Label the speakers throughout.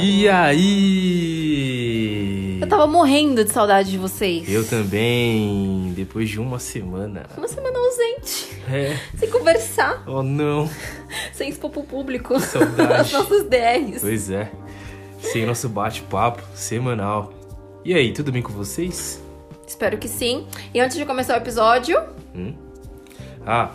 Speaker 1: E aí?
Speaker 2: Eu tava morrendo de saudade de vocês.
Speaker 1: Eu também, depois de uma semana.
Speaker 2: Uma semana ausente,
Speaker 1: É.
Speaker 2: sem conversar,
Speaker 1: Oh não,
Speaker 2: sem expor pro público as
Speaker 1: saudade.
Speaker 2: nossas DRs.
Speaker 1: pois é. Sem nosso bate-papo semanal. E aí, tudo bem com vocês?
Speaker 2: Espero que sim. E antes de começar o episódio,
Speaker 1: Hum? Ah,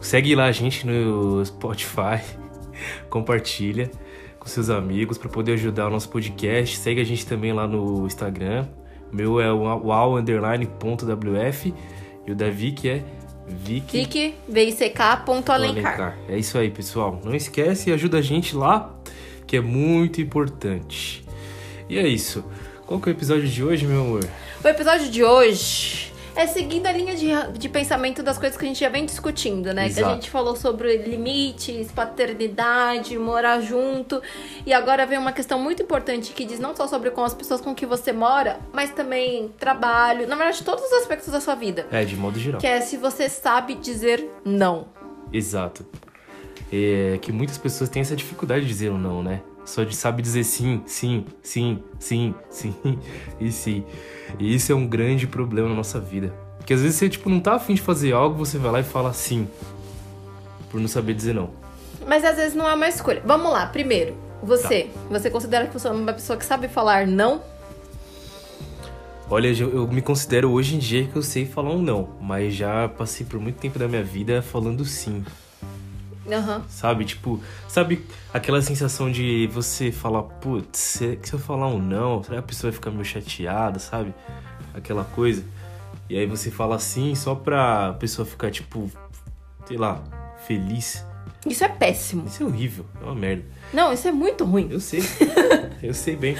Speaker 1: segue lá a gente no Spotify, compartilha com seus amigos para poder ajudar o nosso podcast. Segue a gente também lá no Instagram. O meu é o wow__.wf e o da Vicky é Vicky
Speaker 2: clique vick.alencar.
Speaker 1: Alencar. É isso aí, pessoal. Não esquece e ajuda a gente lá, que é muito importante. E é isso. Qual que é o episódio de hoje, meu amor?
Speaker 2: O episódio de hoje é seguindo a linha de, de pensamento das coisas que a gente já vem discutindo, né? Que
Speaker 1: Exato.
Speaker 2: a gente falou sobre limites, paternidade, morar junto. E agora vem uma questão muito importante que diz não só sobre com as pessoas com que você mora, mas também trabalho, na verdade, todos os aspectos da sua vida.
Speaker 1: É, de modo geral.
Speaker 2: Que é se você sabe dizer não.
Speaker 1: Exato. É que muitas pessoas têm essa dificuldade de dizer o não, né? Só de sabe dizer sim, sim, sim, sim, sim e sim. E isso é um grande problema na nossa vida. Porque às vezes você tipo, não tá afim de fazer algo, você vai lá e fala sim. Por não saber dizer não.
Speaker 2: Mas às vezes não é uma escolha. Vamos lá, primeiro, você. Você considera que você é uma pessoa que sabe falar não?
Speaker 1: Olha, eu, eu me considero hoje em dia que eu sei falar um não, mas já passei por muito tempo da minha vida falando sim.
Speaker 2: Aham.
Speaker 1: Sabe, tipo, sabe aquela sensação de você falar, putz, se se eu falar um não, será que a pessoa vai ficar meio chateada, sabe? Aquela coisa. E aí você fala assim só pra pessoa ficar, tipo, sei lá, feliz.
Speaker 2: Isso é péssimo.
Speaker 1: Isso é horrível, é uma merda.
Speaker 2: Não, isso é muito ruim.
Speaker 1: Eu sei, eu sei bem.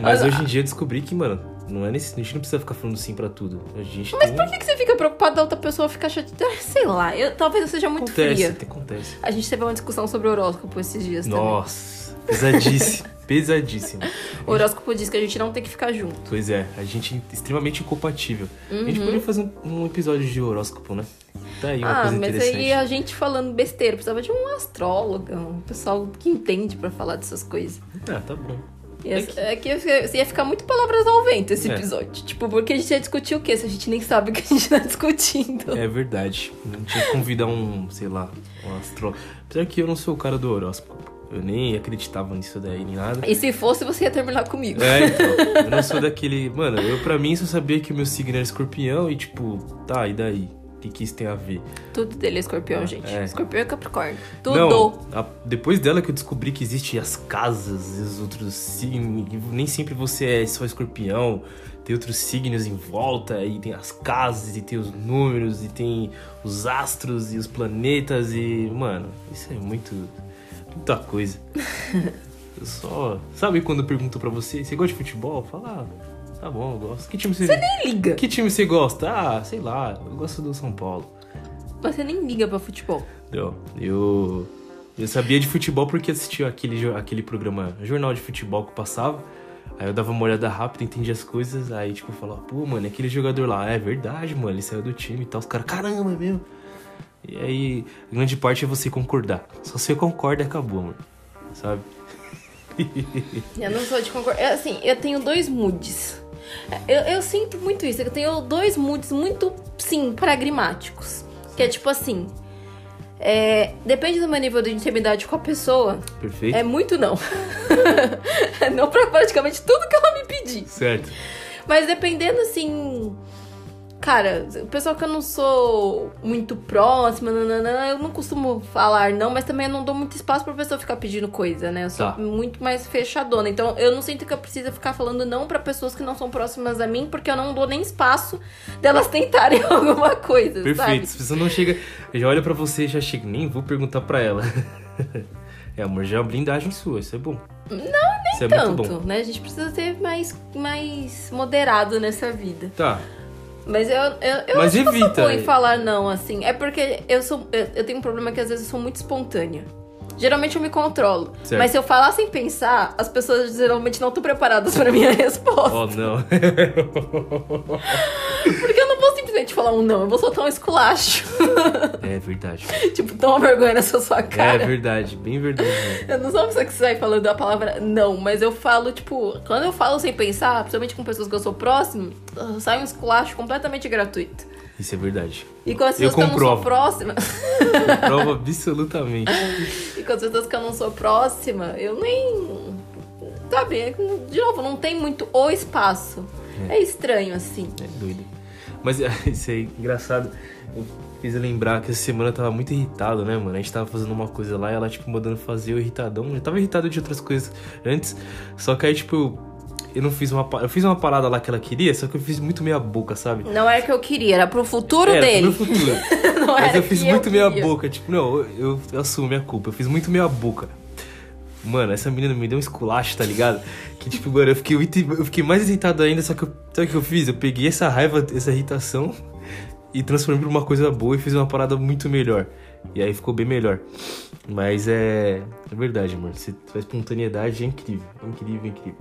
Speaker 1: Mas hoje em dia eu descobri que, mano, não é nesse, a gente não precisa ficar falando sim pra tudo. A gente
Speaker 2: Mas
Speaker 1: tem...
Speaker 2: por que, que você fica preocupado da outra pessoa ficar chateada? Sei lá, eu, talvez eu seja muito
Speaker 1: acontece,
Speaker 2: fria.
Speaker 1: acontece.
Speaker 2: A gente teve uma discussão sobre horóscopo esses dias
Speaker 1: Nossa, pesadíssimo, pesadíssimo.
Speaker 2: também. O horóscopo diz que a gente não tem que ficar junto.
Speaker 1: Pois é, a gente é extremamente incompatível. A gente poderia fazer um, um episódio de horóscopo, né? Tá aí uma
Speaker 2: ah,
Speaker 1: coisa
Speaker 2: mas
Speaker 1: interessante.
Speaker 2: aí a gente falando besteira. Precisava de um astrólogo, um pessoal que entende pra falar dessas coisas.
Speaker 1: Ah, tá bom.
Speaker 2: E as- É que ia ficar muito palavras ao vento esse
Speaker 1: É.
Speaker 2: episódio. Tipo, porque a gente ia discutir o quê? Se a gente nem sabe o que a gente tá discutindo.
Speaker 1: É verdade. Não tinha que convidar um, sei lá, um astrólogo. Apesar que eu não sou o cara do horóscopo. Eu nem acreditava nisso daí, nem nada.
Speaker 2: E se fosse, você ia terminar comigo.
Speaker 1: É, então. Eu não sou daquele. Mano, eu pra mim só sabia que o meu signo era escorpião e tipo, tá, e daí? O que, que isso tem a ver?
Speaker 2: Tudo dele é escorpião,
Speaker 1: É,
Speaker 2: gente.
Speaker 1: é.
Speaker 2: Escorpião é capricórnio. Tudo.
Speaker 1: Não, a- depois dela que eu descobri que existem as casas e os outros signos. e Nem sempre você é só escorpião. Tem outros signos em volta, e tem as casas, e tem os números, e tem os astros e os planetas. E, mano, isso é muito. muita coisa. eu só. Sabe quando eu pergunto pra você, você gosta de futebol? Fala, ah, tá bom, eu gosto. Que time você.
Speaker 2: Nem liga.
Speaker 1: Que time você gosta? Ah, sei lá, eu gosto do São Paulo.
Speaker 2: Você nem liga pra futebol.
Speaker 1: Não, eu. Eu sabia de futebol porque assistia aquele, jo- aquele programa, jornal de futebol que passava. Aí eu dava uma olhada rápida, entendia as coisas. Aí, tipo, eu falava, pô, mano, aquele jogador lá, é verdade, mano, ele saiu do time e tal. Os caras, caramba, é mesmo. E aí, grande parte é você concordar. Só você concorda e acabou, mano. Sabe?
Speaker 2: Eu não sou de concordar. É, Assim, eu tenho dois moods. Eu, eu sinto muito isso. Eu tenho dois moods muito, sim, pragmáticos. Que é tipo assim. é, depende do meu nível de intimidade com a pessoa.
Speaker 1: Perfeito?
Speaker 2: É muito não. é não pra praticamente tudo que ela me pedir.
Speaker 1: Certo.
Speaker 2: Mas dependendo, assim. Cara, o pessoal que eu não sou muito próxima, nananã, eu não costumo falar não, mas também eu não dou muito espaço pra pessoa ficar pedindo coisa, né? Eu sou
Speaker 1: Tá.
Speaker 2: muito mais fechadona. Então eu não sinto que eu preciso ficar falando não pra pessoas que não são próximas a mim, porque eu não dou nem espaço delas tentarem alguma coisa,
Speaker 1: Perfeito.
Speaker 2: sabe?
Speaker 1: Se você não chega. eu Já olha pra você e já chega. Nem vou perguntar pra ela. é, amor, já é uma blindagem sua. Isso é bom. Não, nem isso é
Speaker 2: Tanto,
Speaker 1: Muito bom.
Speaker 2: né? A gente precisa ser mais, mais moderado nessa vida.
Speaker 1: Tá,
Speaker 2: Mas eu, eu, eu
Speaker 1: Mas
Speaker 2: acho que eu
Speaker 1: evita.
Speaker 2: sou boa em falar não, assim. É porque eu sou. Eu, eu tenho um problema que às vezes eu sou muito espontânea. Geralmente eu me controlo.
Speaker 1: Certo.
Speaker 2: Mas se eu falar sem pensar, as pessoas geralmente não estão preparadas pra minha resposta.
Speaker 1: Oh, não.
Speaker 2: Porque eu não vou simplesmente falar um não, eu vou soltar um esculacho.
Speaker 1: É verdade.
Speaker 2: tipo, toma vergonha nessa sua cara.
Speaker 1: É verdade, bem verdade. mesmo.
Speaker 2: Eu não sou uma pessoa que sai falando a palavra não, mas eu falo, tipo, quando eu falo sem pensar, principalmente com pessoas que eu sou próximo, sai um esculacho completamente gratuito.
Speaker 1: Isso é verdade.
Speaker 2: E com as
Speaker 1: Eu
Speaker 2: pessoas que eu não sou
Speaker 1: comprovo.
Speaker 2: próxima,
Speaker 1: Prova absolutamente. É
Speaker 2: e com as pessoas que eu não sou próxima, eu nem. Sabe, é que, de novo, não tem muito o espaço. É estranho, assim.
Speaker 1: É doido. Mas isso aí, engraçado. Eu fiz eu lembrar que essa semana eu tava muito irritado, né, mano? A gente tava fazendo uma coisa lá e ela, tipo, mandando fazer eu irritadão. Eu tava irritado de outras coisas antes. Só que aí, tipo, eu, eu não fiz uma. pa- Eu fiz uma parada lá que ela queria, só que eu fiz muito meia boca, sabe?
Speaker 2: Não era o que eu queria, era pro futuro
Speaker 1: É,
Speaker 2: dele.
Speaker 1: pro futuro.
Speaker 2: Não
Speaker 1: Mas
Speaker 2: era
Speaker 1: eu fiz
Speaker 2: que eu
Speaker 1: muito meia
Speaker 2: queria.
Speaker 1: boca. Tipo, não, eu, eu assumo minha culpa. Eu fiz muito meia boca. Mano, essa menina me deu um esculacho, tá ligado? Que tipo, mano, eu fiquei, muito, eu fiquei mais irritado ainda, só que eu, sabe o que eu fiz? Eu peguei essa raiva, essa irritação e transformei pra uma coisa boa e fiz uma parada muito melhor. E aí ficou bem melhor. Mas é. É verdade, mano. Se a espontaneidade é incrível. É incrível, é incrível.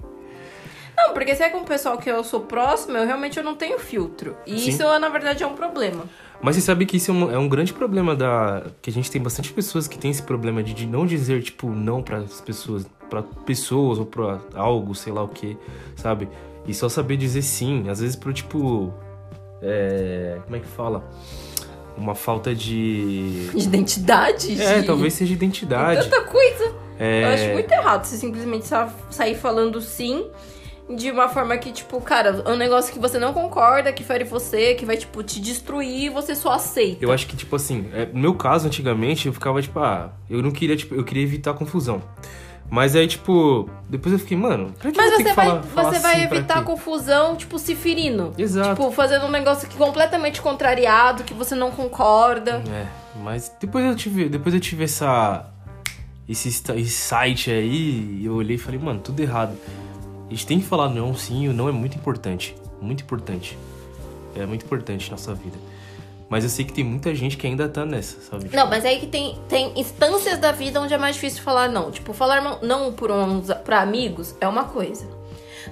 Speaker 2: Não, porque se é com o pessoal que eu sou próxima, eu realmente eu não tenho filtro. E
Speaker 1: Sim.
Speaker 2: isso, na verdade, é um problema.
Speaker 1: Mas você sabe que isso é um, é um grande problema da. Que a gente tem bastante pessoas que tem esse problema de, de não dizer, tipo, não para as pessoas, para pessoas ou pra algo, sei lá o que, sabe? E só saber dizer sim. Às vezes pro tipo. É, como é que fala? Uma falta de.
Speaker 2: De identidade?
Speaker 1: É,
Speaker 2: de...
Speaker 1: talvez seja identidade.
Speaker 2: Tanta coisa. Eu acho
Speaker 1: É,
Speaker 2: muito errado você simplesmente sa- sair falando sim de uma forma que, tipo, cara, é um negócio que você não concorda, que fere você, que vai, tipo, te destruir, você só aceita.
Speaker 1: eu acho que, tipo assim, é, no meu caso, antigamente, eu ficava, tipo, ah, eu não queria, tipo, eu queria evitar confusão. Mas aí, tipo, depois eu fiquei, mano, pra que eu
Speaker 2: Mas
Speaker 1: vou ter
Speaker 2: você
Speaker 1: que
Speaker 2: vai,
Speaker 1: falar- falar
Speaker 2: você vai
Speaker 1: sim pra
Speaker 2: evitar
Speaker 1: quê?
Speaker 2: confusão, tipo, se ferindo.
Speaker 1: Exato.
Speaker 2: Tipo, fazendo um negócio que completamente contrariado, que você não concorda.
Speaker 1: É, mas depois eu tive, depois eu tive essa esse sta- esse site aí, e eu olhei e falei, mano, tudo errado. A gente tem que falar não, sim, o não é muito importante, muito importante. É muito importante na sua vida. Mas eu sei que tem muita gente que ainda tá nessa, sabe?
Speaker 2: Não, mas aí que tem, tem instâncias da vida onde é mais difícil falar não. Tipo, falar não- não por uns, pra amigos é uma coisa.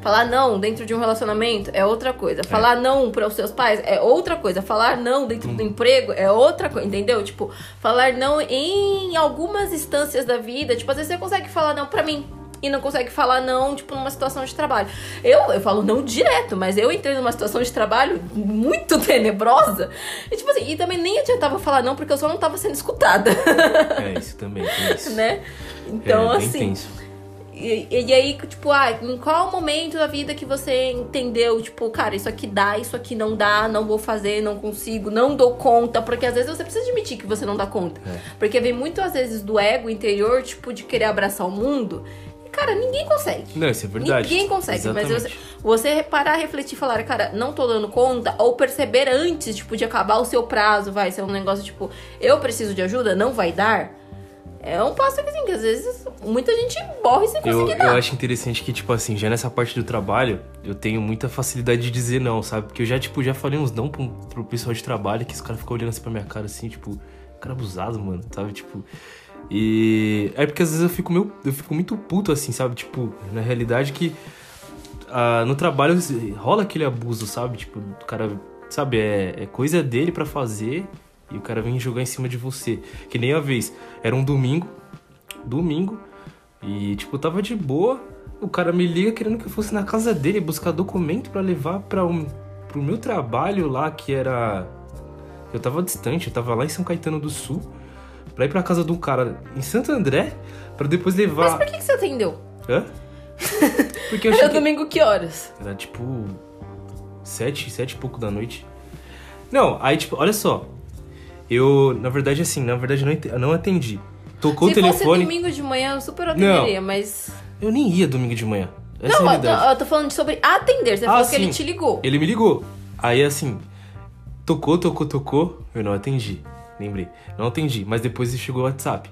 Speaker 2: Falar não dentro de um relacionamento é outra coisa. Falar não para os seus pais é outra coisa. Falar não dentro do emprego é outra coisa, entendeu? Tipo, falar não em algumas instâncias da vida. Tipo, às vezes você consegue falar não pra mim e não consegue falar não, tipo, numa situação de trabalho. Eu, eu falo não direto, mas eu entrei numa situação de trabalho muito tenebrosa. E, tipo assim, e também nem adiantava falar não porque eu só não tava sendo escutada,
Speaker 1: É isso também, é isso.
Speaker 2: né?
Speaker 1: É,
Speaker 2: Então,
Speaker 1: bem
Speaker 2: assim.
Speaker 1: tenso.
Speaker 2: E, e aí, tipo, ah, em qual momento da vida que você entendeu, tipo, cara, isso aqui dá, isso aqui não dá, não vou fazer, não consigo, não dou conta, porque às vezes você precisa admitir que você não dá conta.
Speaker 1: É.
Speaker 2: Porque vem muito às vezes do ego interior, tipo, de querer abraçar o mundo. E, cara, ninguém consegue.
Speaker 1: Não, isso é verdade.
Speaker 2: Ninguém consegue, mas
Speaker 1: Exatamente.
Speaker 2: você, você parar, refletir e falar, cara, não tô dando conta, ou perceber antes, tipo, de acabar o seu prazo, vai ser um negócio tipo, eu preciso de ajuda, não vai dar. É um passo que, assim, que às vezes muita gente morre sem
Speaker 1: Eu,
Speaker 2: conseguir dar.
Speaker 1: eu acho interessante que, tipo assim, já nessa parte do trabalho, eu tenho muita facilidade de dizer não, sabe? Porque eu já, tipo, já falei uns não pro, pro pessoal de trabalho, que os caras ficam olhando assim pra minha cara, assim, tipo, cara abusado, mano, sabe? Tipo. E. É porque às vezes eu fico meio. Eu fico muito puto, assim, sabe? Tipo, na realidade que. ah, no trabalho rola aquele abuso, sabe? Tipo, o cara. Sabe, é, é coisa dele pra fazer e o cara vem jogar em cima de você. Que nem a vez. Era um domingo. Domingo. E, tipo, eu tava de boa. O cara me liga querendo que eu fosse na casa dele buscar documento pra levar para um, pro meu trabalho lá, que era. Eu tava distante, eu tava lá em São Caetano do Sul, pra ir pra casa de um cara em Santo André, pra depois
Speaker 2: Mas
Speaker 1: levar.
Speaker 2: por que, que você atendeu?
Speaker 1: Hã? Porque eu
Speaker 2: Era
Speaker 1: achei que...
Speaker 2: domingo que horas?
Speaker 1: Era tipo. Sete, sete e pouco da noite. Não, aí tipo, olha só. Eu, na verdade, assim, na verdade eu não, ent- eu não atendi. Tocou
Speaker 2: Se
Speaker 1: o telefone.
Speaker 2: fosse domingo de manhã, eu super atenderia, mas...
Speaker 1: Eu nem ia domingo de manhã.
Speaker 2: Não,
Speaker 1: Essa é a
Speaker 2: eu,
Speaker 1: realidade.
Speaker 2: não, eu tô falando sobre atender. Você
Speaker 1: Ah,
Speaker 2: falou que ele
Speaker 1: sim.
Speaker 2: te ligou.
Speaker 1: Ele me ligou. Aí assim, tocou, tocou, tocou. Eu não atendi. Lembrei. Não atendi. Mas depois chegou o WhatsApp.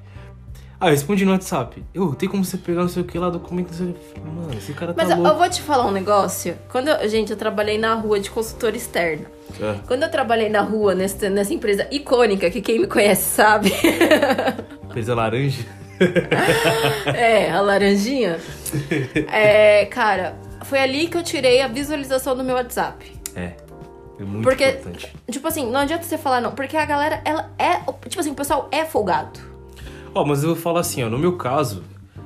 Speaker 1: Ah, eu respondi no WhatsApp. Eu, tem como você pegar não sei o que lá, documento, não sei o que. Mano, esse cara tá
Speaker 2: Mas eu, eu
Speaker 1: louco.
Speaker 2: vou te falar um negócio. Quando eu- gente, eu trabalhei na rua de consultor externo.
Speaker 1: É.
Speaker 2: Quando eu trabalhei na rua, nessa, nessa empresa icônica, que quem me conhece sabe,
Speaker 1: Fez a laranja.
Speaker 2: é a laranjinha. É, cara, foi ali que eu tirei a visualização do meu WhatsApp.
Speaker 1: É. É muito
Speaker 2: Porque,
Speaker 1: importante.
Speaker 2: tipo assim, não adianta você falar não, porque a galera, ela é. Tipo assim, o pessoal é folgado.
Speaker 1: Ó, mas eu vou falar assim, ó, no meu caso,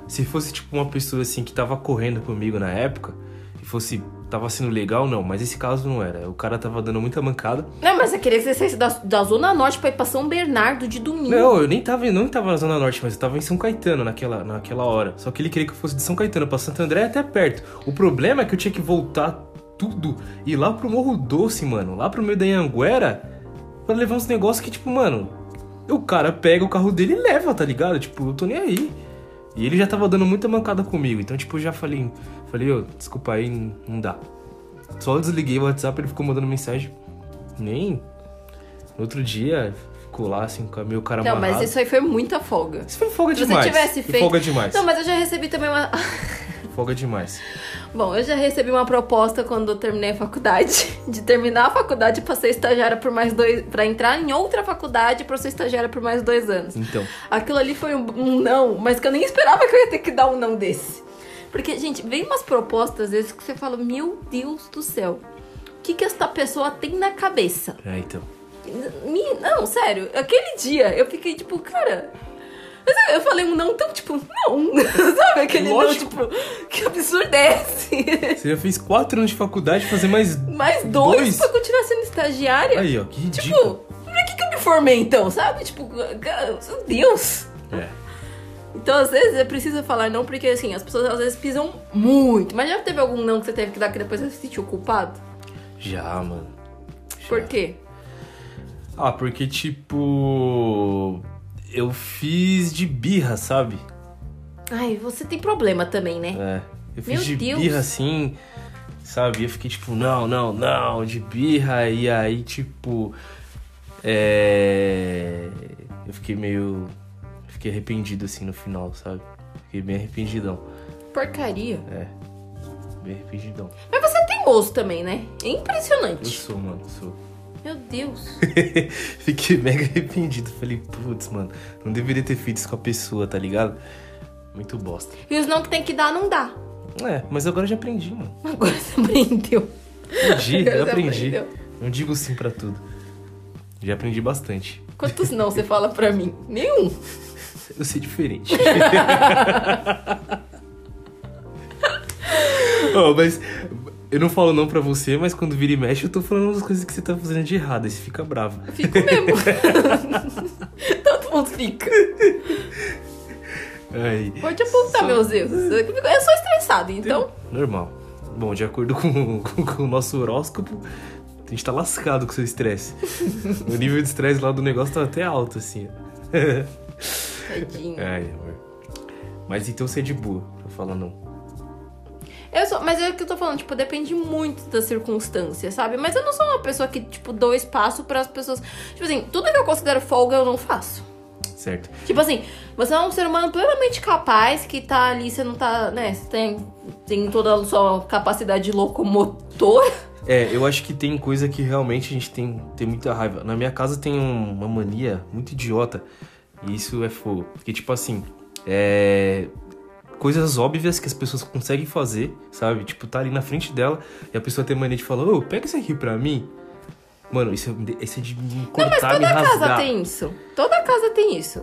Speaker 1: se fosse tipo uma pessoa assim que tava correndo comigo na época, e fosse. Tava sendo legal, não, mas esse caso não era. O cara tava dando muita mancada.
Speaker 2: Não, mas eu queria que você saísse da, da Zona Norte pra ir pra São Bernardo de domingo.
Speaker 1: Não, eu nem tava, não tava na Zona Norte, mas eu tava em São Caetano naquela, naquela hora. Só que ele queria que eu fosse de São Caetano pra Santo André é até perto. O problema é que eu tinha que voltar tudo e ir lá pro Morro Doce, mano, lá pro meio da Anguera, pra levar uns negócios que, tipo, mano, o cara pega o carro dele e leva, tá ligado? Tipo, eu tô nem aí. E ele já tava dando muita mancada comigo, então, tipo, eu já falei, falei, ô, desculpa aí, não dá. Só desliguei o WhatsApp, ele ficou mandando mensagem. Nem. No outro dia, ficou lá, assim, com meu cara
Speaker 2: Não,
Speaker 1: amarrado.
Speaker 2: mas isso aí foi muita folga.
Speaker 1: Isso foi folga
Speaker 2: Se você
Speaker 1: demais.
Speaker 2: tivesse
Speaker 1: Foi
Speaker 2: feito-
Speaker 1: Folga demais.
Speaker 2: Não, mas eu já recebi também uma.
Speaker 1: Folga demais.
Speaker 2: Bom, eu já recebi uma proposta quando eu terminei a faculdade. De terminar a faculdade pra ser estagiária por mais dois. pra entrar em outra faculdade pra ser estagiária por mais dois anos.
Speaker 1: Então.
Speaker 2: Aquilo ali foi um, um não, mas que eu nem esperava que eu ia ter que dar um não desse. Porque, gente, vem umas propostas às vezes que você fala, meu Deus do céu, o que, que essa pessoa tem na cabeça?
Speaker 1: É, então.
Speaker 2: Me- Não, sério, aquele dia eu fiquei tipo, cara. mas eu- Eu falei um não tão tipo, não. Sabe aquele
Speaker 1: Lógico.
Speaker 2: não, tipo, que absurdo é esse?
Speaker 1: Você já fez quatro anos de faculdade, fazer mais.
Speaker 2: Mais dois,
Speaker 1: Dois?
Speaker 2: pra continuar sendo estagiária?
Speaker 1: Aí, ó, que ridículo.
Speaker 2: tipo, pra que, que eu me formei então, sabe? Tipo, cara, meu Deus.
Speaker 1: É.
Speaker 2: Então, às vezes, é preciso falar não, porque assim, as pessoas às vezes pisam muito. Mas já teve algum não que você teve que dar que depois você se sentiu culpado?
Speaker 1: Já, mano. Já.
Speaker 2: Por quê?
Speaker 1: Ah, porque, tipo. Eu fiz de birra, sabe?
Speaker 2: Ai, você tem problema também, né?
Speaker 1: É. Eu fiz
Speaker 2: Meu
Speaker 1: de
Speaker 2: Deus.
Speaker 1: birra assim, sabe? Eu fiquei tipo, não, não, não, de birra. E aí, tipo. É. Eu fiquei meio. Fiquei arrependido assim no final, sabe? Fiquei bem arrependidão.
Speaker 2: Porcaria.
Speaker 1: Bem arrependidão.
Speaker 2: Mas você tem gosto também, né? É
Speaker 1: Eu
Speaker 2: impressionante.
Speaker 1: sou, mano, sou.
Speaker 2: Meu Deus.
Speaker 1: Fiquei mega arrependido. Falei, putz, mano, não deveria ter feito isso com a pessoa, tá ligado? Muito bosta.
Speaker 2: E os não que tem que dar, não dá.
Speaker 1: É, mas agora eu já aprendi, mano.
Speaker 2: Agora você aprendeu.
Speaker 1: Aprendi,
Speaker 2: Agora
Speaker 1: eu
Speaker 2: você
Speaker 1: aprendi.
Speaker 2: aprendeu.
Speaker 1: Não digo sim pra tudo. Já aprendi bastante.
Speaker 2: Quantos não você fala pra mim? Nenhum.
Speaker 1: Eu sei diferente. Ó, mas eu não falo não pra você, mas quando vira e mexe, eu tô falando umas coisas que você tá fazendo de errado. Aí você fica bravo.
Speaker 2: Fico mesmo. Todo mundo fica.
Speaker 1: Aí.
Speaker 2: Pode apontar
Speaker 1: Só-
Speaker 2: tipo, tá, meus erros. Eu sou estressada, então.
Speaker 1: Normal. Bom, de acordo com, com- com o nosso horóscopo, a gente tá lascado com o seu estresse. o nível de estresse lá do negócio tá até alto, assim.
Speaker 2: Tadinho.
Speaker 1: Ai, amor. Mas então você é de boa, pra falar não.
Speaker 2: Eu sou, mas é o que eu tô falando, tipo, depende muito da circunstância, sabe? Mas eu não sou uma pessoa que, tipo, dou espaço pras pessoas. Tipo assim, tudo que eu considero folga eu não faço.
Speaker 1: Certo.
Speaker 2: Tipo assim, você é um ser humano plenamente capaz que tá ali, você não tá, né? Você tem, tem toda a sua capacidade locomotora.
Speaker 1: É, eu acho que tem coisa que realmente a gente tem, tem muita raiva. Na minha casa tem um- uma mania muito idiota. E isso é fogo. Porque, tipo assim, é. Coisas óbvias que as pessoas conseguem fazer, sabe? Tipo, tá ali na frente dela e a pessoa tem mania de falar, ô, pega isso aqui pra mim. Mano, isso, é- isso é de me cortar, me
Speaker 2: Toda casa
Speaker 1: rasgar.
Speaker 2: tem isso. Toda casa tem isso.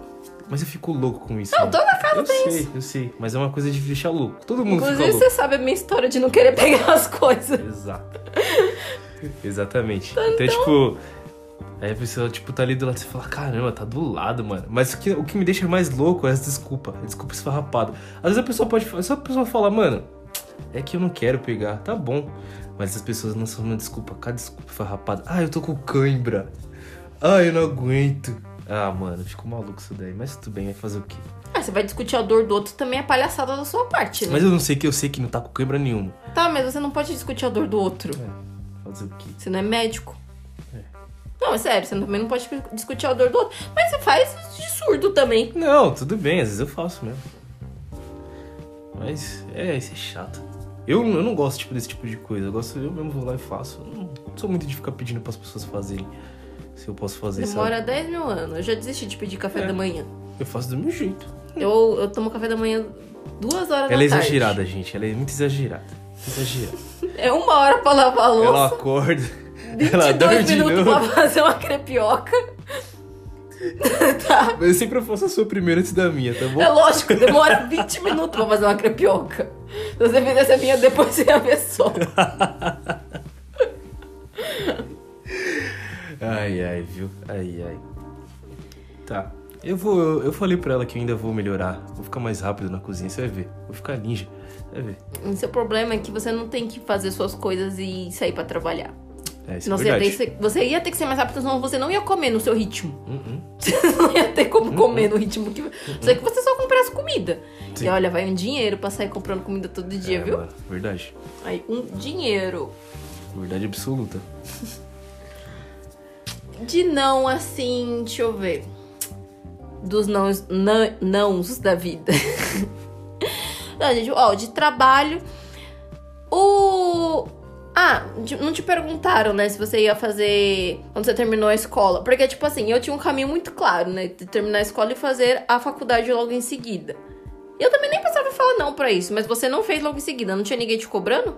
Speaker 1: Mas eu fico louco com isso.
Speaker 2: Não,
Speaker 1: mano.
Speaker 2: toda casa
Speaker 1: eu
Speaker 2: tem
Speaker 1: sei, eu sei. Mas é uma coisa de deixar louco. Todo mundo fica
Speaker 2: Inclusive,
Speaker 1: louco.
Speaker 2: você sabe a minha história de não querer pegar as coisas.
Speaker 1: Exato. Exatamente. Então, tipo. Aí a pessoa, tipo, tá ali do lado, você fala, caramba, tá do lado, mano. Mas o que, o que me deixa mais louco é essa desculpa, a desculpa esfarrapada. Às vezes a pessoa pode falar, só a pessoa fala, mano, é que eu não quero pegar, tá bom. Mas as pessoas não são uma desculpa, cada desculpa esfarrapada. Ah, eu tô com cãibra. Ah, eu não aguento. Ah, mano, ficou maluco isso daí, mas tudo bem, vai fazer o quê?
Speaker 2: Ah, você vai discutir a dor do outro também é palhaçada da sua parte, né?
Speaker 1: Mas eu não sei que eu sei que não tá com cãibra nenhuma.
Speaker 2: Tá, mas você não pode discutir a dor do outro.
Speaker 1: Fazer o quê?
Speaker 2: Você não é médico. Não, é sério, você também não pode discutir a dor do outro. Mas você faz isso de surdo também.
Speaker 1: Não, tudo bem, às vezes eu faço mesmo. Mas é, isso é chato. Eu, eu não gosto tipo, desse tipo de coisa. Eu gosto, eu mesmo vou lá e faço. Eu não sou muito de ficar pedindo pras pessoas fazerem. Se eu posso fazer,
Speaker 2: Demora 10 mil anos. Eu já desisti de pedir café
Speaker 1: É.
Speaker 2: da manhã.
Speaker 1: sabe? Eu faço do meu jeito.
Speaker 2: Eu, eu tomo café da manhã duas horas da
Speaker 1: Ela é
Speaker 2: tarde.
Speaker 1: exagerada, gente. Ela é muito exagerada. Exagerada.
Speaker 2: É uma hora pra lavar a louça.
Speaker 1: Ela acorda, Ela é
Speaker 2: 22
Speaker 1: dorme de
Speaker 2: minutos
Speaker 1: novo.
Speaker 2: pra fazer uma crepioca. tá.
Speaker 1: Eu sempre faço a sua primeira antes da minha, tá bom?
Speaker 2: É lógico, demora 20 minutos pra fazer uma crepioca. Se você fizesse a minha depois, você ia ver só.
Speaker 1: Ai, ai, viu? Ai, ai. Tá. Eu vou. Eu falei pra ela que eu ainda vou melhorar. Vou ficar mais rápido na cozinha, você vai ver. Vou ficar ninja. Vai ver.
Speaker 2: O seu problema é que você não tem que fazer suas coisas e sair pra trabalhar.
Speaker 1: É, isso
Speaker 2: Senão
Speaker 1: é
Speaker 2: você, ia
Speaker 1: verdade.
Speaker 2: ter que ser- você ia ter que ser mais rápido, senão você não ia comer no seu ritmo.
Speaker 1: Uhum.
Speaker 2: Você não ia ter como comer no ritmo que. Só que você só comprasse comida.
Speaker 1: Sim.
Speaker 2: E olha, vai um dinheiro pra sair comprando comida todo dia,
Speaker 1: É,
Speaker 2: viu?
Speaker 1: mano, Verdade.
Speaker 2: Aí, um dinheiro.
Speaker 1: Verdade absoluta.
Speaker 2: De não, assim, deixa eu ver. Dos nãos, nã- nãos da vida. não, gente, ó, de trabalho. O. Ah, de- não te perguntaram, né, se você ia fazer. Quando você terminou a escola. Porque, tipo assim, eu tinha um caminho muito claro, né? De terminar a escola e fazer a faculdade logo em seguida. E eu também nem pensava em falar não pra isso, mas você não fez logo em seguida. Não tinha ninguém te cobrando?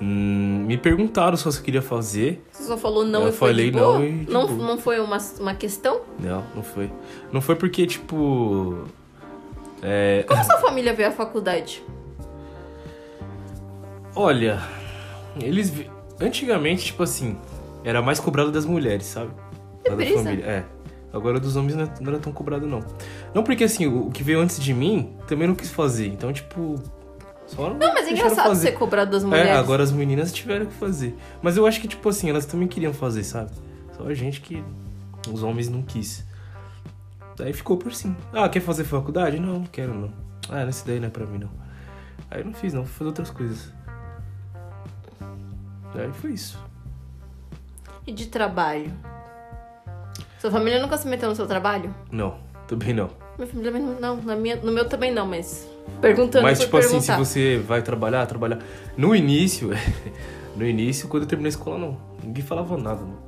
Speaker 1: Hum, me perguntaram só se eu queria fazer.
Speaker 2: Você só falou não
Speaker 1: Eu
Speaker 2: e foi
Speaker 1: falei
Speaker 2: de boa?
Speaker 1: não e tipo, de
Speaker 2: não,
Speaker 1: boa.
Speaker 2: não foi uma, uma questão?
Speaker 1: Não, não foi. Não foi porque, tipo. É.
Speaker 2: Como sua família vê a faculdade?
Speaker 1: Olha, eles. vi- Antigamente, tipo assim, era mais cobrado das mulheres, sabe? Lá da
Speaker 2: brisa.
Speaker 1: família. É. Agora dos homens não é- não era tão cobrado, não. Não porque assim, o o que veio antes de mim também não quis fazer. Então, tipo. Só não,
Speaker 2: Não, mas é engraçado
Speaker 1: fazer.
Speaker 2: ser cobrado das mulheres.
Speaker 1: É, agora as meninas tiveram que fazer. Mas eu acho que, tipo assim, elas também queriam fazer, sabe? Só a gente que. Os homens não quis. Daí ficou por sim. Ah, quer fazer faculdade? Não, não quero não. Ah, nesse daí não é pra mim não. Aí eu não fiz não, fui fazer outras coisas. Daí foi isso.
Speaker 2: E de trabalho? Sua família nunca se meteu no seu trabalho?
Speaker 1: Não, também não.
Speaker 2: Minha família também não, não. Na minha, no meu também não, mas... Perguntando,
Speaker 1: Mas,
Speaker 2: foi
Speaker 1: tipo assim, se
Speaker 2: perguntar.
Speaker 1: você vai trabalhar, trabalhar. No início, no início, quando eu terminei a escola, não. Ninguém falava nada, mano.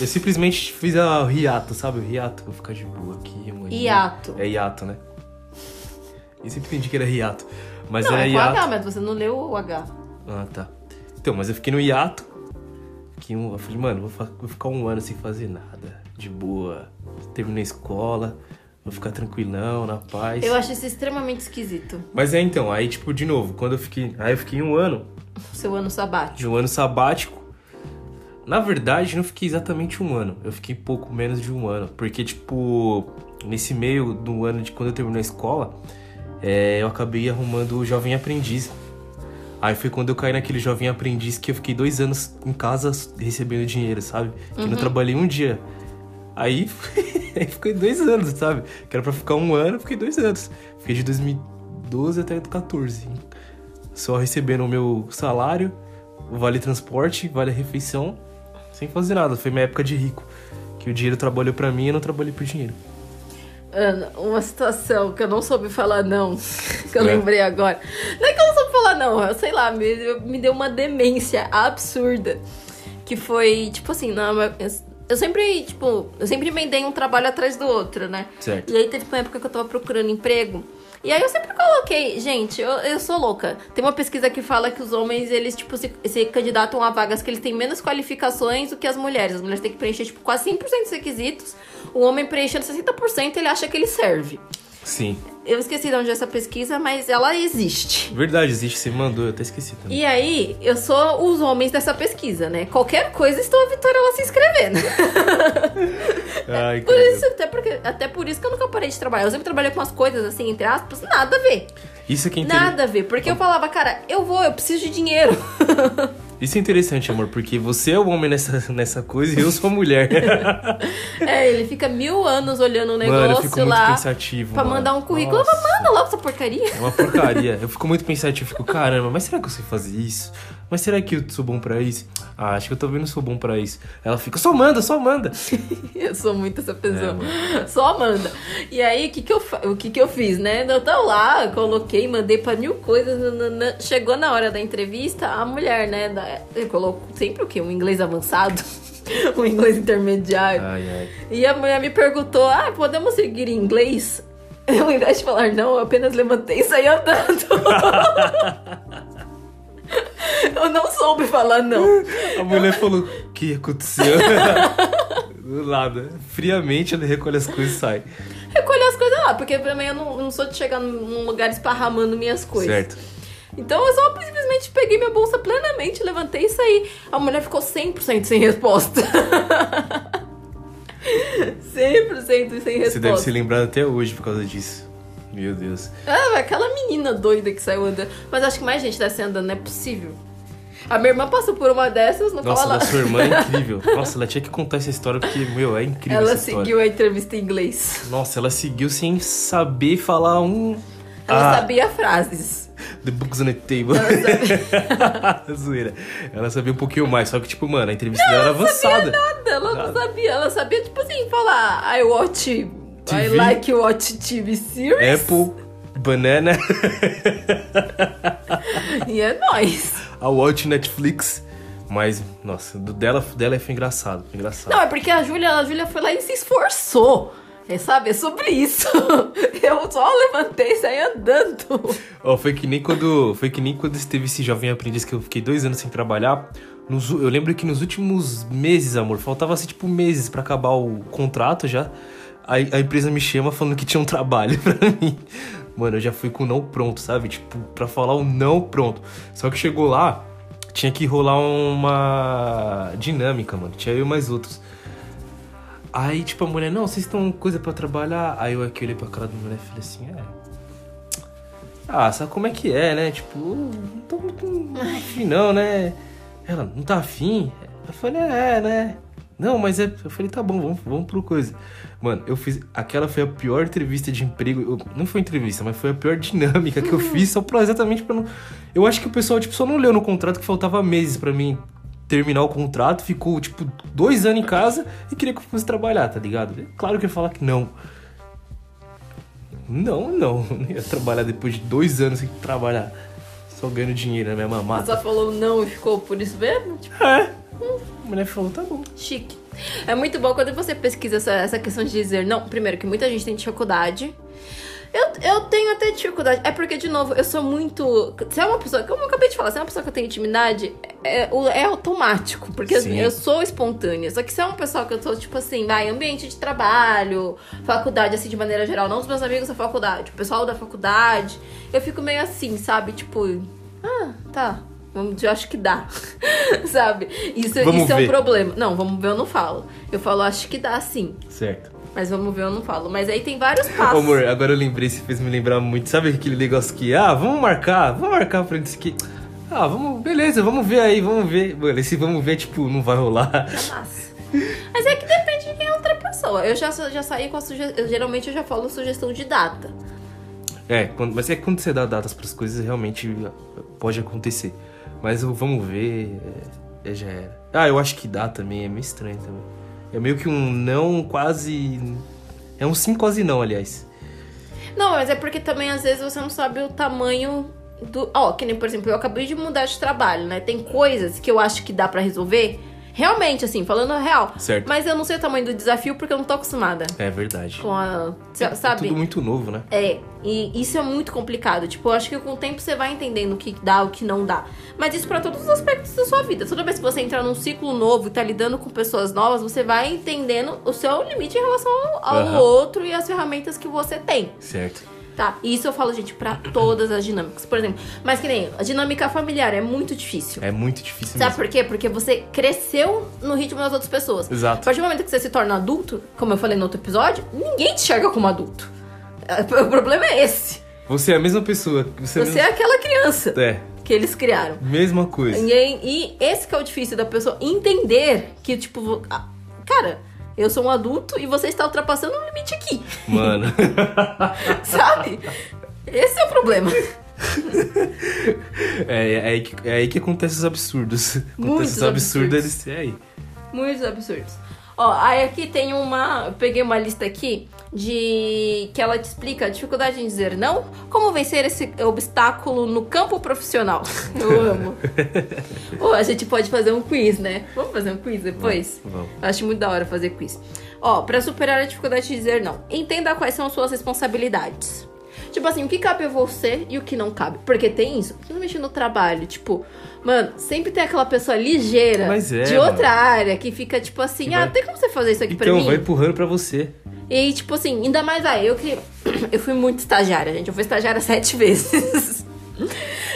Speaker 1: Eu simplesmente fiz a hiato, sabe? O hiato. Vou ficar de boa aqui, mano.
Speaker 2: Hiato.
Speaker 1: É hiato, né? Eu sempre entendi que era hiato. Mas
Speaker 2: Não,
Speaker 1: era
Speaker 2: é com
Speaker 1: hiato.
Speaker 2: H, mas você não leu o H.
Speaker 1: Ah, tá. Então, mas eu fiquei no hiato. Fiquei um... Eu falei, mano, vou, fa- vou ficar um ano sem fazer nada. De boa. Terminei a escola. Vou ficar tranquilão, na paz.
Speaker 2: Eu acho isso extremamente esquisito.
Speaker 1: Mas é então, aí tipo, de novo, quando eu fiquei. Aí eu fiquei um ano,
Speaker 2: Seu ano sabático.
Speaker 1: de um ano sabático. Na verdade, não fiquei exatamente um ano. Eu fiquei pouco menos de um ano. Porque, tipo, nesse meio do ano de quando eu terminei a escola, é, eu acabei arrumando o Jovem Aprendiz. Aí foi quando eu caí naquele Jovem Aprendiz que eu fiquei dois anos em casa recebendo dinheiro, sabe? Que eu não trabalhei um dia. Aí, aí fiquei dois anos, sabe? Que era pra ficar um ano, eu fiquei dois anos. Fiquei de 2012 até 2014. Só recebendo o meu salário, o vale transporte, vale refeição, sem fazer nada. Foi minha época de rico. Que o dinheiro trabalhou pra mim e eu não trabalhei por dinheiro.
Speaker 2: Ana, uma situação que eu não soube falar não, que eu
Speaker 1: É.
Speaker 2: lembrei agora. Não é que eu não soube falar não, eu sei lá, me, me deu uma demência absurda. Que foi, tipo assim, na, eu sempre, tipo, eu sempre emendei um trabalho atrás do outro, né?
Speaker 1: Certo.
Speaker 2: E aí teve uma época que eu tava procurando emprego. E aí eu sempre coloquei, gente, eu, eu sou louca. Tem uma pesquisa que fala que os homens, eles, tipo, se, se candidatam a vagas que eles têm menos qualificações do que as mulheres. As mulheres têm que preencher, tipo, quase 100% dos requisitos. O homem preenchendo 60%, ele acha que ele serve.
Speaker 1: Sim.
Speaker 2: Eu esqueci de onde é essa pesquisa, mas ela existe.
Speaker 1: Verdade, existe, você me mandou, eu até esqueci também.
Speaker 2: E aí, eu sou os homens dessa pesquisa, né? Qualquer coisa, estou a Vitória lá se inscrevendo.
Speaker 1: Ai,
Speaker 2: é Por
Speaker 1: cara.
Speaker 2: isso, até, porque, até por isso que eu nunca parei de trabalhar. Eu sempre trabalhei com umas coisas, assim, entre aspas, nada a ver.
Speaker 1: Isso que é inter...
Speaker 2: Nada a ver, porque eu falava, cara, eu vou, eu preciso de dinheiro.
Speaker 1: Isso é interessante, amor, porque você é o homem nessa, nessa coisa e eu sou a mulher.
Speaker 2: é, ele fica mil anos olhando o negócio
Speaker 1: mano, eu fico muito
Speaker 2: lá
Speaker 1: pensativo.
Speaker 2: pra
Speaker 1: mano.
Speaker 2: mandar um currículo. Eu
Speaker 1: Nossa,
Speaker 2: falo, manda logo essa porcaria.
Speaker 1: É uma porcaria. Eu fico muito pensativo, fico, caramba, mas será que eu sei fazer isso? Mas será que eu sou bom pra isso? Ah, acho que eu tô vendo sou bom pra isso. Ela fica, só manda, só manda.
Speaker 2: Eu sou muito essa
Speaker 1: É,
Speaker 2: pessoa.
Speaker 1: mano.
Speaker 2: Só manda. E aí, o que que eu, fa- o que que eu fiz, né? Eu tô lá, coloquei, mandei pra mil coisas. nananã. Chegou na hora da entrevista, a mulher, né? da- eu coloco sempre o quê? Um inglês avançado? um inglês intermediário?
Speaker 1: Ai, ai.
Speaker 2: E a mulher me perguntou: Ah, podemos seguir em inglês? Eu, ao invés de falar não, eu apenas levantei e saí andando. eu não soube falar não.
Speaker 1: A mulher falou, que que aconteceu. Do nada. Friamente ele recolhe as coisas e sai.
Speaker 2: Recolher as coisas lá, porque pra mim eu não, não sou de chegar num lugar esparramando minhas coisas.
Speaker 1: Certo.
Speaker 2: Então eu só simplesmente peguei minha bolsa plenamente, levantei e saí. A mulher ficou 100% sem resposta. 100% sem resposta.
Speaker 1: Você deve se lembrar até hoje por causa disso. Meu Deus.
Speaker 2: Ah, aquela menina doida que saiu andando. Mas acho que mais gente deve sair andando, não é possível. A minha irmã passou por uma dessas, não
Speaker 1: Nossa,
Speaker 2: fala.
Speaker 1: da sua irmã é incrível. Nossa, ela tinha que contar essa história porque, meu, é incrível
Speaker 2: Ela
Speaker 1: essa história.
Speaker 2: seguiu a entrevista em inglês.
Speaker 1: Nossa, ela seguiu sem saber falar um...
Speaker 2: Ela
Speaker 1: Ah.
Speaker 2: sabia frases.
Speaker 1: The books on the table.
Speaker 2: Ela sabia
Speaker 1: Zoeira. Ela sabia um pouquinho mais, só que, tipo, mano, a entrevista dela era avançada.
Speaker 2: nada, ela não sabia. Ela sabia, tipo assim, falar I watch. I
Speaker 1: TV.
Speaker 2: like watch TV series.
Speaker 1: Apple, banana,
Speaker 2: E é nóis.
Speaker 1: a watch Netflix. Mas, nossa, do dela, dela foi engraçado. Foi engraçado.
Speaker 2: Não, é porque a Júlia, a Júlia foi lá e se esforçou. É saber sobre isso. Eu só levantei e saí andando.
Speaker 1: Ó, foi que nem quando. Foi que nem quando esteve esse jovem aprendiz que eu fiquei dois anos sem trabalhar. Nos u- eu lembro que nos últimos meses, amor, faltava assim, tipo, meses pra acabar o contrato já. Aí a empresa me chama falando que tinha um trabalho pra mim. Mano, eu já fui com o não pronto, sabe? Tipo, pra falar o não pronto. Só que chegou lá, tinha que rolar uma dinâmica, mano. Tinha eu e mais outros. Aí, tipo, a mulher, não, vocês estão com coisa pra trabalhar? Aí eu aqui olhei pra cara da mulher e falei assim, é, ah, sabe como é que é, né? Tipo, não tô muito afim não, né? Ela, não tá afim? Eu falei, é, né? Não, mas é... Eu falei, tá bom, vamos, vamos pro coisa. Mano, eu fiz... Aquela foi a pior entrevista de emprego... eu- não foi entrevista, mas foi a pior dinâmica que eu fiz só pra exatamente pra não... Eu acho que o pessoal, tipo, só não leu no contrato que faltava meses pra mim terminar o contrato. Ficou, tipo, dois anos em casa e queria que eu fosse trabalhar, tá ligado? É Claro que eu ia falar que não. Não, não. Eu não ia trabalhar depois de dois anos sem trabalhar. Só ganhando dinheiro na minha É. mamata.
Speaker 2: Só falou não e ficou por isso mesmo? Tipo,
Speaker 1: A mulher falou, tá bom.
Speaker 2: chique. É muito bom quando você pesquisa essa, essa questão de dizer não. Primeiro, que muita gente tem dificuldade. Eu, eu tenho até dificuldade. É porque, de novo, eu sou muito. Se é uma pessoa. Como eu acabei de falar, se é uma pessoa que eu tenho intimidade, é, o- é automático. Porque
Speaker 1: Sim.
Speaker 2: eu sou espontânea. Só que se é uma pessoa que eu tô, tipo assim, vai, ambiente de trabalho, faculdade, assim, de maneira geral. Não os meus amigos da faculdade, o pessoal da faculdade. Eu fico meio assim, sabe? Tipo, ah, tá. Vamos, eu acho que dá. sabe? Isso,
Speaker 1: Vamos
Speaker 2: isso é um
Speaker 1: ver.
Speaker 2: problema. Não, vamos ver, eu não falo. Eu falo, acho que dá sim.
Speaker 1: Certo.
Speaker 2: Mas vamos ver, eu não falo. Mas aí tem vários passos.
Speaker 1: Amor, agora eu lembrei, você fez me lembrar muito. Sabe aquele negócio que, ah, vamos marcar, vamos marcar pra isso aqui. Ah, vamos, beleza, vamos ver aí, vamos ver. Mano, esse vamos ver, tipo, não vai rolar.
Speaker 2: Mas- Tá Mas é que depende de quem é a outra pessoa. Eu já, sa- já saí com a sugestão. Geralmente eu já falo sugestão de data.
Speaker 1: É, quando- mas é que quando você dá datas pras coisas, realmente pode acontecer. Mas o vamos ver, é, é, já era. Ah, eu acho que dá também, é meio estranho também. É meio que um não quase. É um sim quase não, aliás.
Speaker 2: Não, mas é porque também às vezes você não sabe o tamanho do. Ó, que nem, por exemplo, eu acabei de mudar de trabalho, né? Tem coisas que eu acho que dá pra resolver. Realmente, assim, falando a real.
Speaker 1: Certo.
Speaker 2: Mas eu não sei o tamanho do desafio porque eu não tô acostumada
Speaker 1: É verdade.
Speaker 2: com a. sa-
Speaker 1: É
Speaker 2: Sabe?
Speaker 1: tudo muito novo, né?
Speaker 2: É, e isso é muito complicado. Tipo, eu acho que com o tempo você vai entendendo o que dá, o que não dá. Mas isso pra todos os aspectos da sua vida. Toda vez que você entrar num ciclo novo e tá lidando com pessoas novas, você vai entendendo o seu limite em relação ao, ao
Speaker 1: Aham.
Speaker 2: outro e as ferramentas que você tem,
Speaker 1: Certo.
Speaker 2: tá? E isso eu falo, gente, pra todas as dinâmicas. Por exemplo, mas que nem a dinâmica familiar é muito difícil.
Speaker 1: É muito difícil
Speaker 2: Sabe
Speaker 1: mesmo.
Speaker 2: por quê? Porque você cresceu no ritmo das outras pessoas. A
Speaker 1: Exato.
Speaker 2: partir do momento que você se torna adulto, como eu falei no outro episódio, ninguém te enxerga como adulto. É, O problema é esse.
Speaker 1: Você é a mesma pessoa. Você,
Speaker 2: Você é aquela criança
Speaker 1: é. É,
Speaker 2: que eles criaram.
Speaker 1: mesma coisa.
Speaker 2: E, e esse que é o difícil da pessoa entender que, tipo, vo- ah, cara, eu sou um adulto e você está ultrapassando um limite aqui,
Speaker 1: Mano.
Speaker 2: sabe? Esse é o problema.
Speaker 1: É, é aí que, é aí que acontece os absurdos.
Speaker 2: Muitos
Speaker 1: acontece os absurdos,
Speaker 2: absurdos.
Speaker 1: eles. É aí.
Speaker 2: Muitos absurdos. Ó, aí aqui tem uma. Eu peguei uma lista aqui de. que ela te explica a dificuldade em dizer não, como vencer esse obstáculo no campo profissional. Eu amo. Pô, a gente pode fazer um quiz, né? Vamos fazer um quiz depois?
Speaker 1: Vamos.
Speaker 2: Eu acho muito da hora fazer quiz. Ó, pra superar a dificuldade de dizer não, entenda quais são suas responsabilidades. Tipo assim, o que cabe a você e o que não cabe. Porque tem isso, principalmente no trabalho. Tipo, mano, sempre tem aquela pessoa ligeira
Speaker 1: Mas é,
Speaker 2: de outra
Speaker 1: mano.
Speaker 2: área que fica tipo assim:
Speaker 1: Que
Speaker 2: ah,
Speaker 1: vai-
Speaker 2: tem como você fazer isso aqui pra
Speaker 1: Então,
Speaker 2: mim?
Speaker 1: vai empurrando pra você.
Speaker 2: E aí, tipo assim, ainda mais aí, eu que. Eu fui muito estagiária, gente. Eu fui estagiária sete vezes.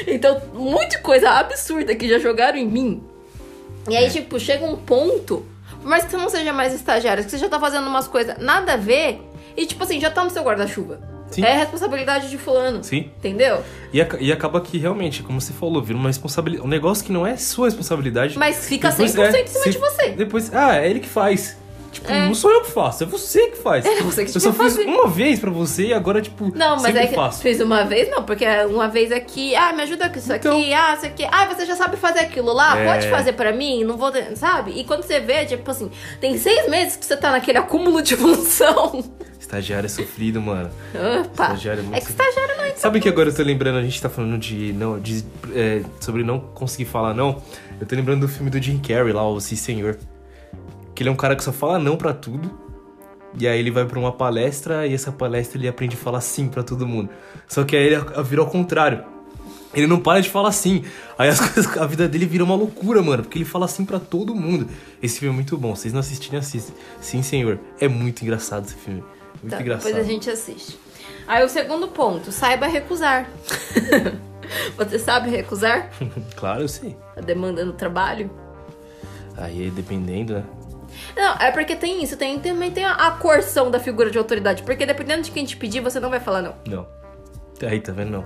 Speaker 2: então, um monte de coisa absurda que já jogaram em mim. E
Speaker 1: É.
Speaker 2: aí, tipo, chega um ponto. Por mais que você não seja mais estagiária, que você já tá fazendo umas coisas nada a ver. E, tipo assim, já tá no seu guarda-chuva.
Speaker 1: Sim.
Speaker 2: É a responsabilidade de fulano.
Speaker 1: Sim.
Speaker 2: Entendeu?
Speaker 1: E, aca- e acaba que realmente, como você falou, vira uma responsabilidade. Um negócio que não é sua responsabilidade.
Speaker 2: Mas fica 100% em cima
Speaker 1: é. se-
Speaker 2: de você.
Speaker 1: Depois, ah, é ele que faz. Tipo, não sou eu que faço, é você que faz.
Speaker 2: É você que
Speaker 1: Eu
Speaker 2: tinha
Speaker 1: só
Speaker 2: que
Speaker 1: fiz
Speaker 2: fazer.
Speaker 1: uma vez pra você e agora, tipo,
Speaker 2: Não, mas
Speaker 1: sempre
Speaker 2: é que
Speaker 1: faço.
Speaker 2: fiz uma vez, não, porque é uma vez aqui, ah, me ajuda com isso
Speaker 1: Então-
Speaker 2: aqui, ah, isso aqui, ah, você já sabe fazer aquilo lá,
Speaker 1: É.
Speaker 2: pode fazer pra mim, não vou, ter- sabe? E quando você vê, tipo assim, tem seis meses que você tá naquele acúmulo de função.
Speaker 1: Estagiário é sofrido, mano.
Speaker 2: Opa!
Speaker 1: Estagiário é muito
Speaker 2: É que estagiário não é
Speaker 1: Sabe que agora eu tô lembrando, a gente tá falando de. Não, de- é, sobre não conseguir falar não. Eu tô lembrando do filme do Jim Carrey lá, o Sim Senhor. Que ele é um cara que só fala não pra tudo. E aí ele vai pra uma palestra e essa palestra ele aprende a falar sim pra todo mundo. Só que aí ele virou ao contrário. Ele não para de falar sim. Aí as coisas- a vida dele vira uma loucura, mano. Porque ele fala assim pra todo mundo. Esse filme é muito bom. Vocês não assistirem, assistem. Sim, senhor. É muito engraçado esse filme. Muito
Speaker 2: Tá,
Speaker 1: engraçado.
Speaker 2: Depois a gente assiste. Aí o segundo ponto, saiba recusar. você sabe recusar
Speaker 1: Claro, eu sei.
Speaker 2: a demanda no trabalho?
Speaker 1: Aí dependendo, né?
Speaker 2: Não, é porque tem isso, tem, também tem a, a coerção da figura de autoridade, porque dependendo de quem te pedir, você não vai falar não.
Speaker 1: Não. Aí, tá vendo? Não.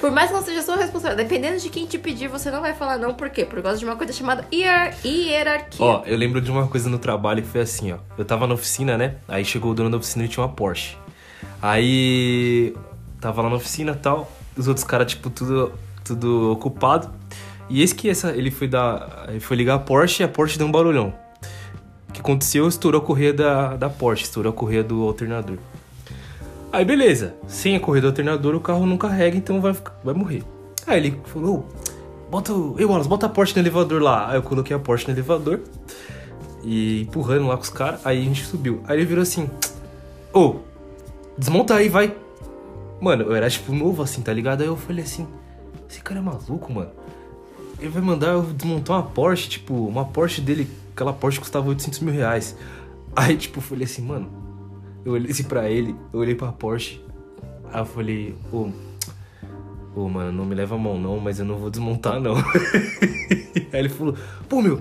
Speaker 2: Por mais que não seja sua responsabilidade, dependendo de quem te pedir, você não vai falar não, por quê? Por causa de uma coisa chamada hier- hierarquia.
Speaker 1: Ó, eu lembro de uma coisa no trabalho que foi assim, ó. Eu tava na oficina, né? Aí chegou o dono da oficina e tinha uma Porsche. Aí tava lá na oficina e tal, os outros caras, tipo, tudo, tudo ocupado. E esse que essa, ele foi dar. Ele foi ligar a Porsche e a Porsche deu um barulhão. O que aconteceu? Estourou a correia da, da Porsche, estourou a correia do alternador. Aí beleza, sem a correia do alternador o carro não carrega, então vai, ficar- vai morrer. Aí ele falou, bota o. Ei, Wallace, bota a Porsche no elevador lá. Aí eu coloquei a Porsche no elevador e empurrando lá com os caras, aí a gente subiu. Aí ele virou assim, ô, desmonta aí, vai. Mano, eu era tipo novo assim, tá ligado? Aí eu falei assim, esse cara é maluco, mano. Ele vai mandar eu desmontar uma Porsche, tipo, uma Porsche dele, aquela Porsche custava 800 mil reais. Aí, tipo, eu falei assim, mano, eu olhei assim pra ele, eu olhei pra Porsche, aí eu falei, ô, ô, mano, não me leva a mão não, mas eu não vou desmontar não. aí ele falou, pô, meu,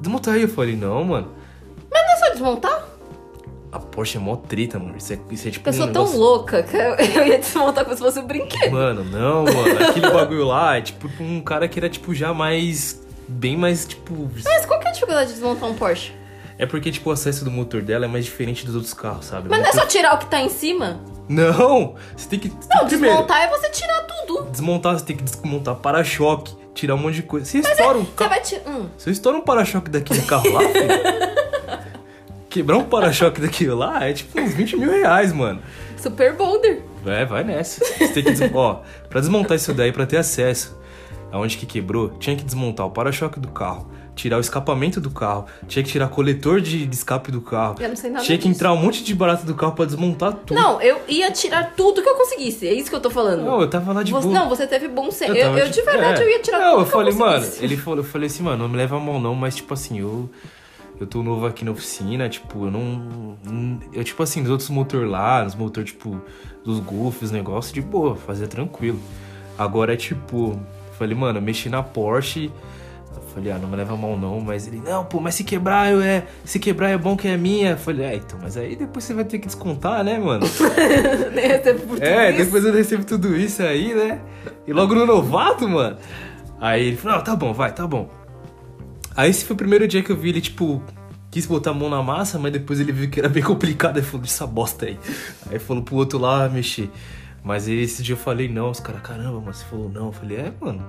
Speaker 1: desmonta aí. Eu falei, não, mano,
Speaker 2: Mas não é só desmontar?
Speaker 1: a Porsche é mó treta, mano, isso é, isso é tipo
Speaker 2: Eu
Speaker 1: um
Speaker 2: sou tão
Speaker 1: negócio-
Speaker 2: louca que eu, eu ia desmontar como se fosse um brinquedo.
Speaker 1: Mano, não, mano. Aquele bagulho lá é tipo pra um cara que era, tipo, já mais. Bem mais, tipo.
Speaker 2: Mas qual que é a dificuldade de desmontar um Porsche?
Speaker 1: É porque, tipo, o acesso do motor dela é mais diferente dos outros carros, sabe?
Speaker 2: Mas não é só tirar o que tá em cima?
Speaker 1: Não! Você tem que.
Speaker 2: Não,
Speaker 1: primeiro,
Speaker 2: desmontar é você tirar tudo.
Speaker 1: desmontar, você tem que desmontar para-choque, tirar um monte de coisa. Você estoura um
Speaker 2: Você
Speaker 1: carro.
Speaker 2: vai tirar... Hum.
Speaker 1: Se eu estouro um para-choque daquele carro lá, filho, quebrar um para-choque daquilo lá é tipo uns 20 mil reais, mano.
Speaker 2: Super Boulder.
Speaker 1: É, vai nessa. Você tem que des- Ó, pra desmontar isso daí, pra ter acesso aonde que quebrou, tinha que desmontar o para-choque do carro, tirar o escapamento do carro, tinha que tirar coletor de de escape do carro.
Speaker 2: Eu não sei nada
Speaker 1: Tinha que
Speaker 2: disso.
Speaker 1: entrar um monte de barato do carro pra desmontar tudo.
Speaker 2: Não, eu ia tirar tudo que eu conseguisse. É isso que eu tô falando.
Speaker 1: Não, eu tava lá de
Speaker 2: você,
Speaker 1: boa.
Speaker 2: não, você teve bom senso. Eu,
Speaker 1: tava
Speaker 2: eu de verdade
Speaker 1: é.
Speaker 2: eu ia tirar
Speaker 1: Não,
Speaker 2: tudo
Speaker 1: eu
Speaker 2: que
Speaker 1: falei, mano,
Speaker 2: conseguisse.
Speaker 1: ele falou, eu falei assim, mano, não me leva a mão não, mas tipo assim, eu eu tô novo aqui na oficina, tipo, eu não eu tipo assim, nos outros motor lá, nos motor tipo dos golfes, negócio de boa, fazer tranquilo. Agora é tipo, eu falei, mano, eu mexi na Porsche, eu falei, ah, não me leva a mão não, mas ele, não, pô, mas se quebrar eu é, se quebrar é bom que é minha. Eu falei, é, então, mas aí depois você vai ter que descontar, né, mano?
Speaker 2: Né, teve por tudo
Speaker 1: É,
Speaker 2: isso.
Speaker 1: depois eu recebo tudo isso aí, né? E logo no novato, mano. Aí ele falou, não, tá bom, vai, tá bom. Aí esse foi o primeiro dia que eu vi ele, tipo, quis botar a mão na massa, mas depois ele viu que era bem complicado e falou, essa bosta aí. Aí falou pro outro lá mexer. Mas aí esse dia eu falei, não, os caras, caramba, mas você falou não. Eu falei, é, mano.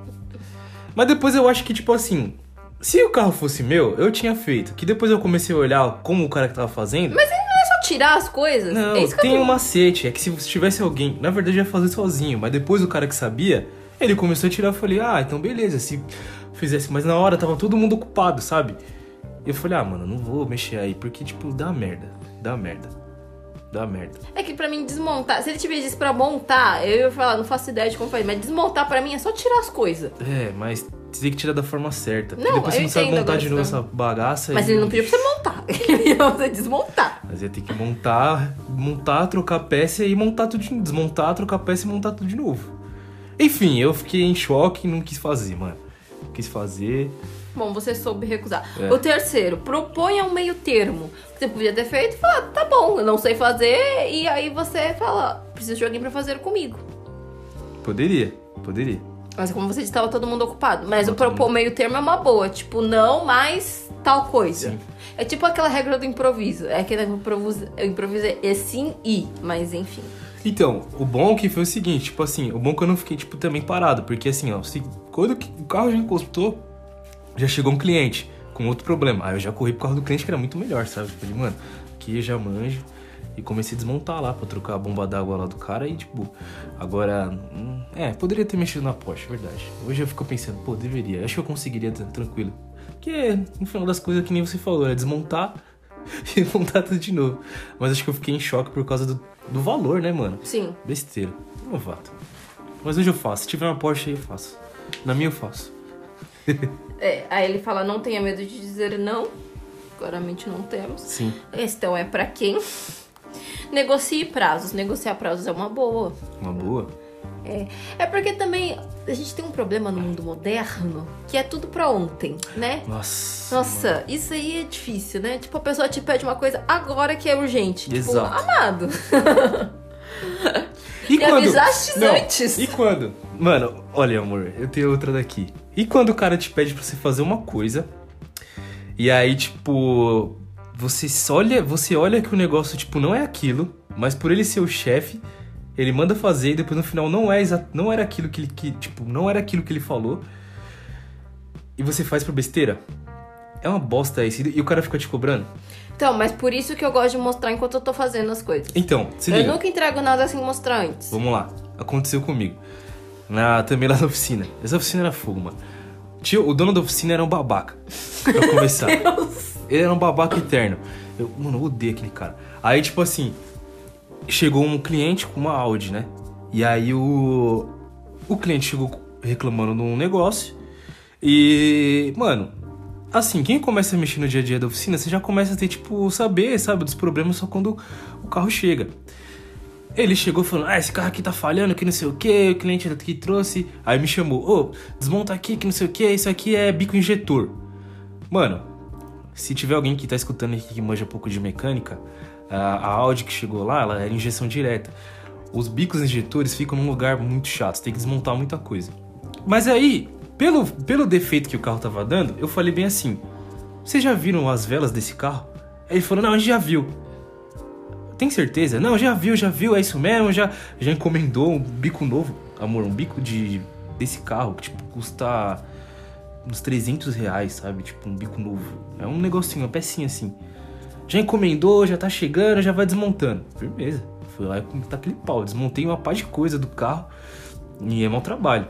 Speaker 1: Mas depois eu acho que, tipo assim, se o carro fosse meu, eu tinha feito. Que depois eu comecei a olhar como o cara que tava fazendo.
Speaker 2: Mas ele não é só tirar as coisas?
Speaker 1: Não,
Speaker 2: é isso que eu
Speaker 1: tem
Speaker 2: tô-
Speaker 1: um macete. É que se você tivesse alguém, na verdade eu ia fazer sozinho, mas depois o cara que sabia, ele começou a tirar. Eu falei, ah, então beleza, se fizesse. Mas na hora tava todo mundo ocupado, sabe? Eu falei, ah, mano, não vou mexer aí, porque, tipo, dá merda. Dá merda. dá merda.
Speaker 2: É que pra mim desmontar, se ele tivesse isso pra montar, eu ia falar, não faço ideia de como faz, mas desmontar pra mim é só tirar as coisas.
Speaker 1: É, mas você tem que tirar da forma certa. porque
Speaker 2: Não,
Speaker 1: depois você
Speaker 2: eu
Speaker 1: não sabe
Speaker 2: entendo
Speaker 1: montar
Speaker 2: a
Speaker 1: de novo essa
Speaker 2: questão.
Speaker 1: bagaça.
Speaker 2: Mas
Speaker 1: e-
Speaker 2: ele não pediu pra você montar, ele pediu pra você desmontar.
Speaker 1: Mas ia ter que montar, montar, trocar peça e montar tudo de novo. Desmontar, trocar peça e montar tudo de novo. Enfim, eu fiquei em choque e não quis fazer, mano. Não Quis fazer.
Speaker 2: Bom, você soube recusar.
Speaker 1: É.
Speaker 2: O terceiro, proponha um meio termo. Você podia ter feito e falar, tá bom, eu não sei fazer. E aí você fala, preciso de alguém pra fazer comigo.
Speaker 1: Poderia, poderia.
Speaker 2: Mas como você disse, tava todo mundo ocupado. Mas o propor meio termo é uma boa. Tipo, não mais tal coisa.
Speaker 1: Sim.
Speaker 2: É tipo aquela regra do improviso. É aquele improviso, eu improvisei é sim e, mas enfim.
Speaker 1: Então, o bom que foi o seguinte, tipo assim, o bom que eu não fiquei, tipo, também parado, porque assim, ó, se- quando que- o carro já encostou, já chegou um cliente com outro problema. Aí eu já corri pro carro do cliente que era muito melhor, sabe? Falei, mano, aqui eu já manjo. E comecei a desmontar lá pra trocar a bomba d'água lá do cara e, tipo, agora. hum, é, poderia ter mexido na Porsche, é verdade. Hoje eu fico pensando, pô, deveria. Acho que eu conseguiria tran- tranquilo. Porque, no final das coisas, que nem você falou, é desmontar e montar tudo de novo. Mas acho que eu fiquei em choque por causa do, do valor, né, mano?
Speaker 2: Sim.
Speaker 1: Besteira. Um Novato. Mas hoje eu faço. Se tiver uma Porsche aí, eu faço. Na minha eu faço.
Speaker 2: É, aí ele fala, não tenha medo de dizer não. Claramente não temos.
Speaker 1: Sim.
Speaker 2: Então é pra quem? Negocie prazos. Negociar prazos é uma boa.
Speaker 1: Uma boa.
Speaker 2: É, é porque também a gente tem um problema no mundo moderno que é tudo pra ontem, né?
Speaker 1: Nossa.
Speaker 2: Nossa, isso aí é difícil, né? Tipo, a pessoa te pede uma coisa agora que é urgente.
Speaker 1: Exato.
Speaker 2: Tipo, amado.
Speaker 1: E
Speaker 2: Me avisaste antes.
Speaker 1: E quando? Mano, olha, amor, eu tenho outra daqui. E quando o cara te pede pra você fazer uma coisa, e aí, tipo, você só olha, você olha que o negócio, tipo, não é aquilo, mas por ele ser o chefe, ele manda fazer e depois no final não é exa- não era aquilo que ele que, tipo, não era aquilo que ele falou. E você faz por besteira. É uma bosta isso. E o cara fica te cobrando.
Speaker 2: Então, mas por isso que eu gosto de mostrar enquanto eu tô fazendo as coisas.
Speaker 1: Então, se
Speaker 2: eu
Speaker 1: liga.
Speaker 2: nunca entrego nada sem mostrar antes.
Speaker 1: Vamos lá. Aconteceu comigo. Na, também lá na oficina. Essa oficina era fogo, mano. Tio, o dono da oficina era um babaca. Pra começar. Ele era um babaca eterno. Eu, mano, eu odeio aquele cara. Aí, tipo assim, chegou um cliente com uma Audi, né? E aí o. O cliente chegou reclamando de um negócio. E. Mano, assim, quem começa a mexer no dia a dia da oficina, você já começa a ter, tipo, saber, sabe, dos problemas só quando o carro chega. Ele chegou falando, ah, esse carro aqui tá falhando, que não sei o que, o cliente que trouxe. Aí me chamou, ô, desmonta aqui, que não sei o que, isso aqui é bico injetor. Mano, se tiver alguém que tá escutando aqui que manja pouco de mecânica, a, a Audi que chegou lá, ela era injeção direta. Os bicos injetores ficam num lugar muito chato, você tem que desmontar muita coisa. Mas aí, pelo, pelo defeito que o carro tava dando, eu falei bem assim, vocês já viram as velas desse carro? Aí ele falou, não, a gente já viu. Tem certeza? Não, já viu, já viu, é isso mesmo, já, já encomendou um bico novo. Amor, um bico de desse carro que tipo, custa uns 300 reais, sabe? Tipo, um bico novo. É um negocinho, uma pecinha assim. Já encomendou, já tá chegando, já vai desmontando. Firmeza. Fui lá e tá aquele pau. Desmontei uma pá de coisa do carro e é mau trabalho.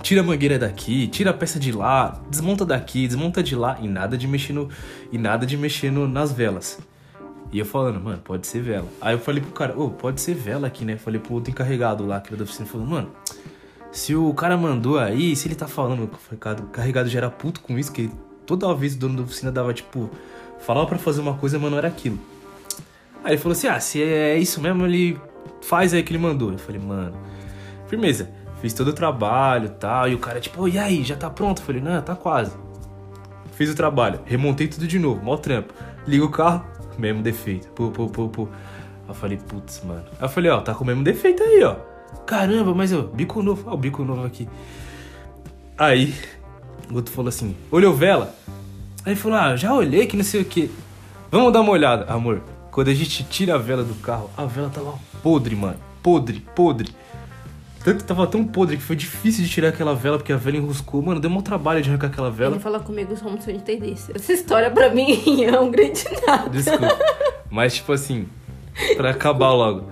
Speaker 1: Tira a mangueira daqui, tira a peça de lá, desmonta daqui, desmonta de lá e nada de mexer no, e nada de mexer no- nas velas. E eu falando, mano, pode ser vela. Aí eu falei pro cara, ô, pode ser vela aqui, né? Falei pro outro encarregado lá, que era da oficina, falou, mano, se o cara mandou aí, se ele tá falando que o carregado- o carregado já era puto com isso, que toda vez o dono da oficina dava, tipo, falava pra fazer uma coisa, mas não era aquilo. Aí ele falou assim, ah, se é isso mesmo, ele faz aí que ele mandou. Eu falei, mano, firmeza. Fiz todo o trabalho e tal, e o cara, tipo, "Ô, e aí, já tá pronto? Eu falei, não, tá quase. Fiz o trabalho, remontei tudo de novo, mó trampo. Liga o carro, mesmo defeito. Pô, pô, pô, pô. Aí eu falei, putz, mano. Aí eu falei, ó, tá com o mesmo defeito aí, ó. Caramba, mas eu, bico novo, ó, o bico novo aqui. Aí, o outro falou assim, olhou vela? Aí ele falou, ah, já olhei que não sei o que. Vamos dar uma olhada, amor. Quando a gente tira a vela do carro, a vela tava podre, mano. Podre, podre. Tanto que tava tão podre que foi difícil de tirar aquela vela, porque a vela enroscou. Mano, deu mó trabalho de arrancar aquela vela.
Speaker 2: Ele fala comigo, somos eu entender isso. Essa história pra mim é um grande nada.
Speaker 1: Desculpa. Mas, tipo assim, pra acabar logo.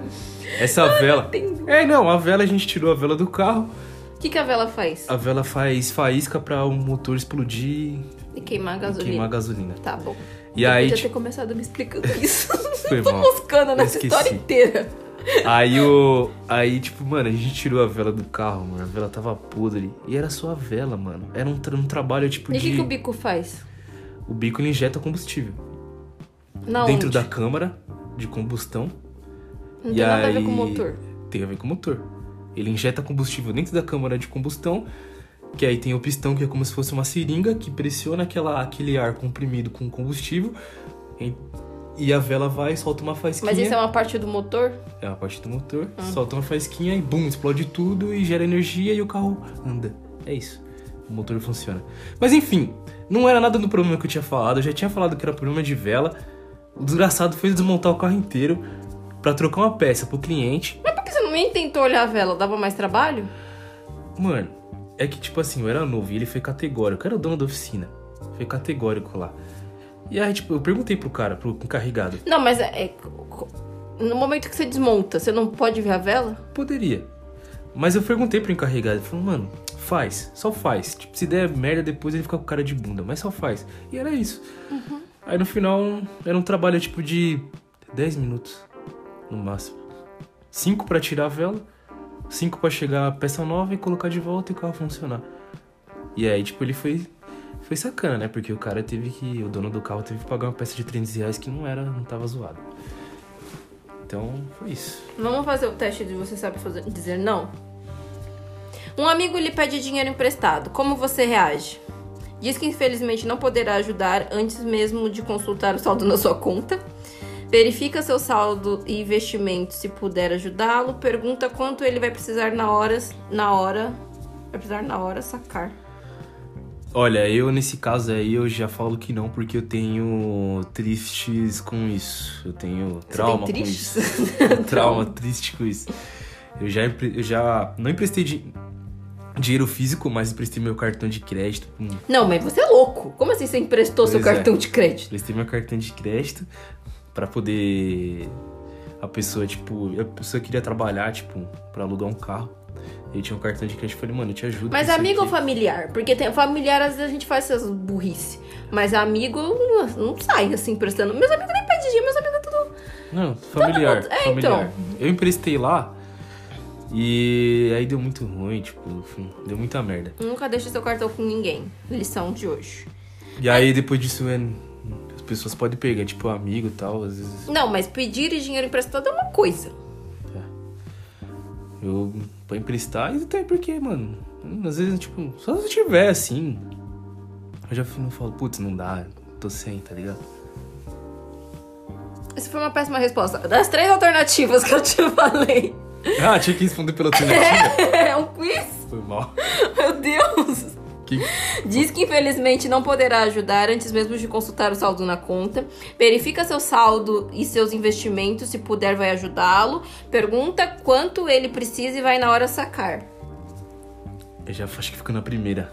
Speaker 1: Essa vela.
Speaker 2: entendo.
Speaker 1: É, não, a vela a gente tirou a vela do carro.
Speaker 2: O que, que a vela faz?
Speaker 1: A vela faz faísca pra o motor explodir
Speaker 2: E queimar a
Speaker 1: e
Speaker 2: gasolina.
Speaker 1: queimar a gasolina.
Speaker 2: Tá bom.
Speaker 1: E
Speaker 2: eu
Speaker 1: aí,
Speaker 2: podia
Speaker 1: tipo-
Speaker 2: ter começado me explicando isso.
Speaker 1: Foi
Speaker 2: Tô
Speaker 1: mal.
Speaker 2: moscando nessa
Speaker 1: esqueci.
Speaker 2: história inteira.
Speaker 1: Aí o. Aí, tipo, mano, a gente tirou a vela do carro, mano. A vela tava podre. E era só a vela, mano. Era um, tra- um trabalho, tipo,
Speaker 2: E o
Speaker 1: de.
Speaker 2: que, que o bico faz?
Speaker 1: o bico ele injeta combustível.
Speaker 2: Na
Speaker 1: dentro
Speaker 2: onde?
Speaker 1: da câmara de combustão.
Speaker 2: Não
Speaker 1: e
Speaker 2: tem nada a ver
Speaker 1: aí-
Speaker 2: com o motor.
Speaker 1: Tem a ver com o motor. Ele injeta combustível dentro da câmara de combustão, que aí tem o pistão, que é como se fosse uma seringa, que pressiona aquela, aquele ar comprimido com combustível. E, e a vela vai, solta uma faísquinha.
Speaker 2: Mas isso é Ah. uma parte do motor?
Speaker 1: É a parte do motor. Solta uma faísquinha e bum, explode tudo e gera energia e o carro anda. É isso. O motor funciona. Mas enfim, não era nada do problema que eu tinha falado. Eu já tinha falado que era problema de vela. O desgraçado fez desmontar o carro inteiro pra trocar uma peça pro cliente.
Speaker 2: Mas por que você nem tentou olhar a vela? Dava mais trabalho?
Speaker 1: Mano, é que tipo assim, eu era novo e ele foi categórico. Era o dono da oficina. Foi categórico lá. E aí, tipo, eu perguntei pro cara, pro encarregado.
Speaker 2: Não, mas é- é co- no momento que você desmonta, você não pode ver a vela?
Speaker 1: Poderia. Mas eu perguntei pro encarregado, ele falou, mano, faz, só faz. Tipo, se der merda depois ele fica com cara de bunda, mas só faz. E era isso. Aí no final era um trabalho tipo de 10 minutos, no máximo. 5 pra tirar a vela, 5 pra chegar a peça nova e colocar de volta e o carro funcionar. E aí, tipo, ele foi. Foi sacana, né? Porque o cara teve que. O dono do carro teve que pagar uma peça de 300 reais que não era, não tava zoado. Então, foi isso.
Speaker 2: Vamos fazer o teste de você sabe fazer, dizer não? Um amigo lhe pede dinheiro emprestado. Como você reage? Diz que infelizmente não poderá ajudar antes mesmo de consultar o saldo na sua conta. Verifica seu saldo e investimento se puder ajudá-lo. Pergunta quanto ele vai precisar na hora. Na hora. Vai precisar na hora sacar.
Speaker 1: Olha, eu nesse caso aí eu já falo que não, porque eu tenho tristes com isso. Eu tenho trauma com
Speaker 2: tristes?
Speaker 1: isso. trauma, triste com isso. Eu já, empre- eu já não emprestei di- dinheiro físico, mas emprestei meu cartão de crédito. Hum,
Speaker 2: Não, mas você é louco. Como assim você emprestou seu
Speaker 1: Pois é.
Speaker 2: cartão de crédito?
Speaker 1: Emprestei meu cartão de crédito pra poder a pessoa, tipo, a pessoa queria trabalhar, tipo, pra alugar um carro. Eu tinha um cartão de crédito, eu falei, mano, eu te ajudo.
Speaker 2: Mas
Speaker 1: com isso
Speaker 2: amigo ou
Speaker 1: aqui.
Speaker 2: familiar? Porque tem, familiar às vezes a gente faz essas burrice. Mas amigo não, não sai assim prestando. Meus amigos nem pedem dinheiro, meus amigos é tudo.
Speaker 1: Não, familiar.
Speaker 2: mundo- é,
Speaker 1: familiar. Eu emprestei lá e aí deu muito ruim, tipo, enfim, deu muita merda.
Speaker 2: Nunca deixa seu cartão com ninguém. Lição de hoje.
Speaker 1: E aí depois disso é, as pessoas podem pegar, tipo, amigo e tal, às vezes.
Speaker 2: Não, mas pedir dinheiro emprestado é uma coisa.
Speaker 1: Eu pra emprestar, e até porque, mano. Às vezes, tipo, só se tiver assim. Eu já não falo, putz, não dá, tô sem, tá ligado?
Speaker 2: Essa foi uma péssima resposta. Das três alternativas que eu te falei.
Speaker 1: Ah, tinha que responder pela alternativa.
Speaker 2: É um quiz?
Speaker 1: Foi mal.
Speaker 2: Meu Deus!
Speaker 1: Que...
Speaker 2: Diz que infelizmente não poderá ajudar antes mesmo de consultar o saldo na conta. Verifica seu saldo e seus investimentos, se puder vai ajudá-lo. Pergunta quanto ele precisa e vai na hora sacar.
Speaker 1: Eu já acho que fico na primeira.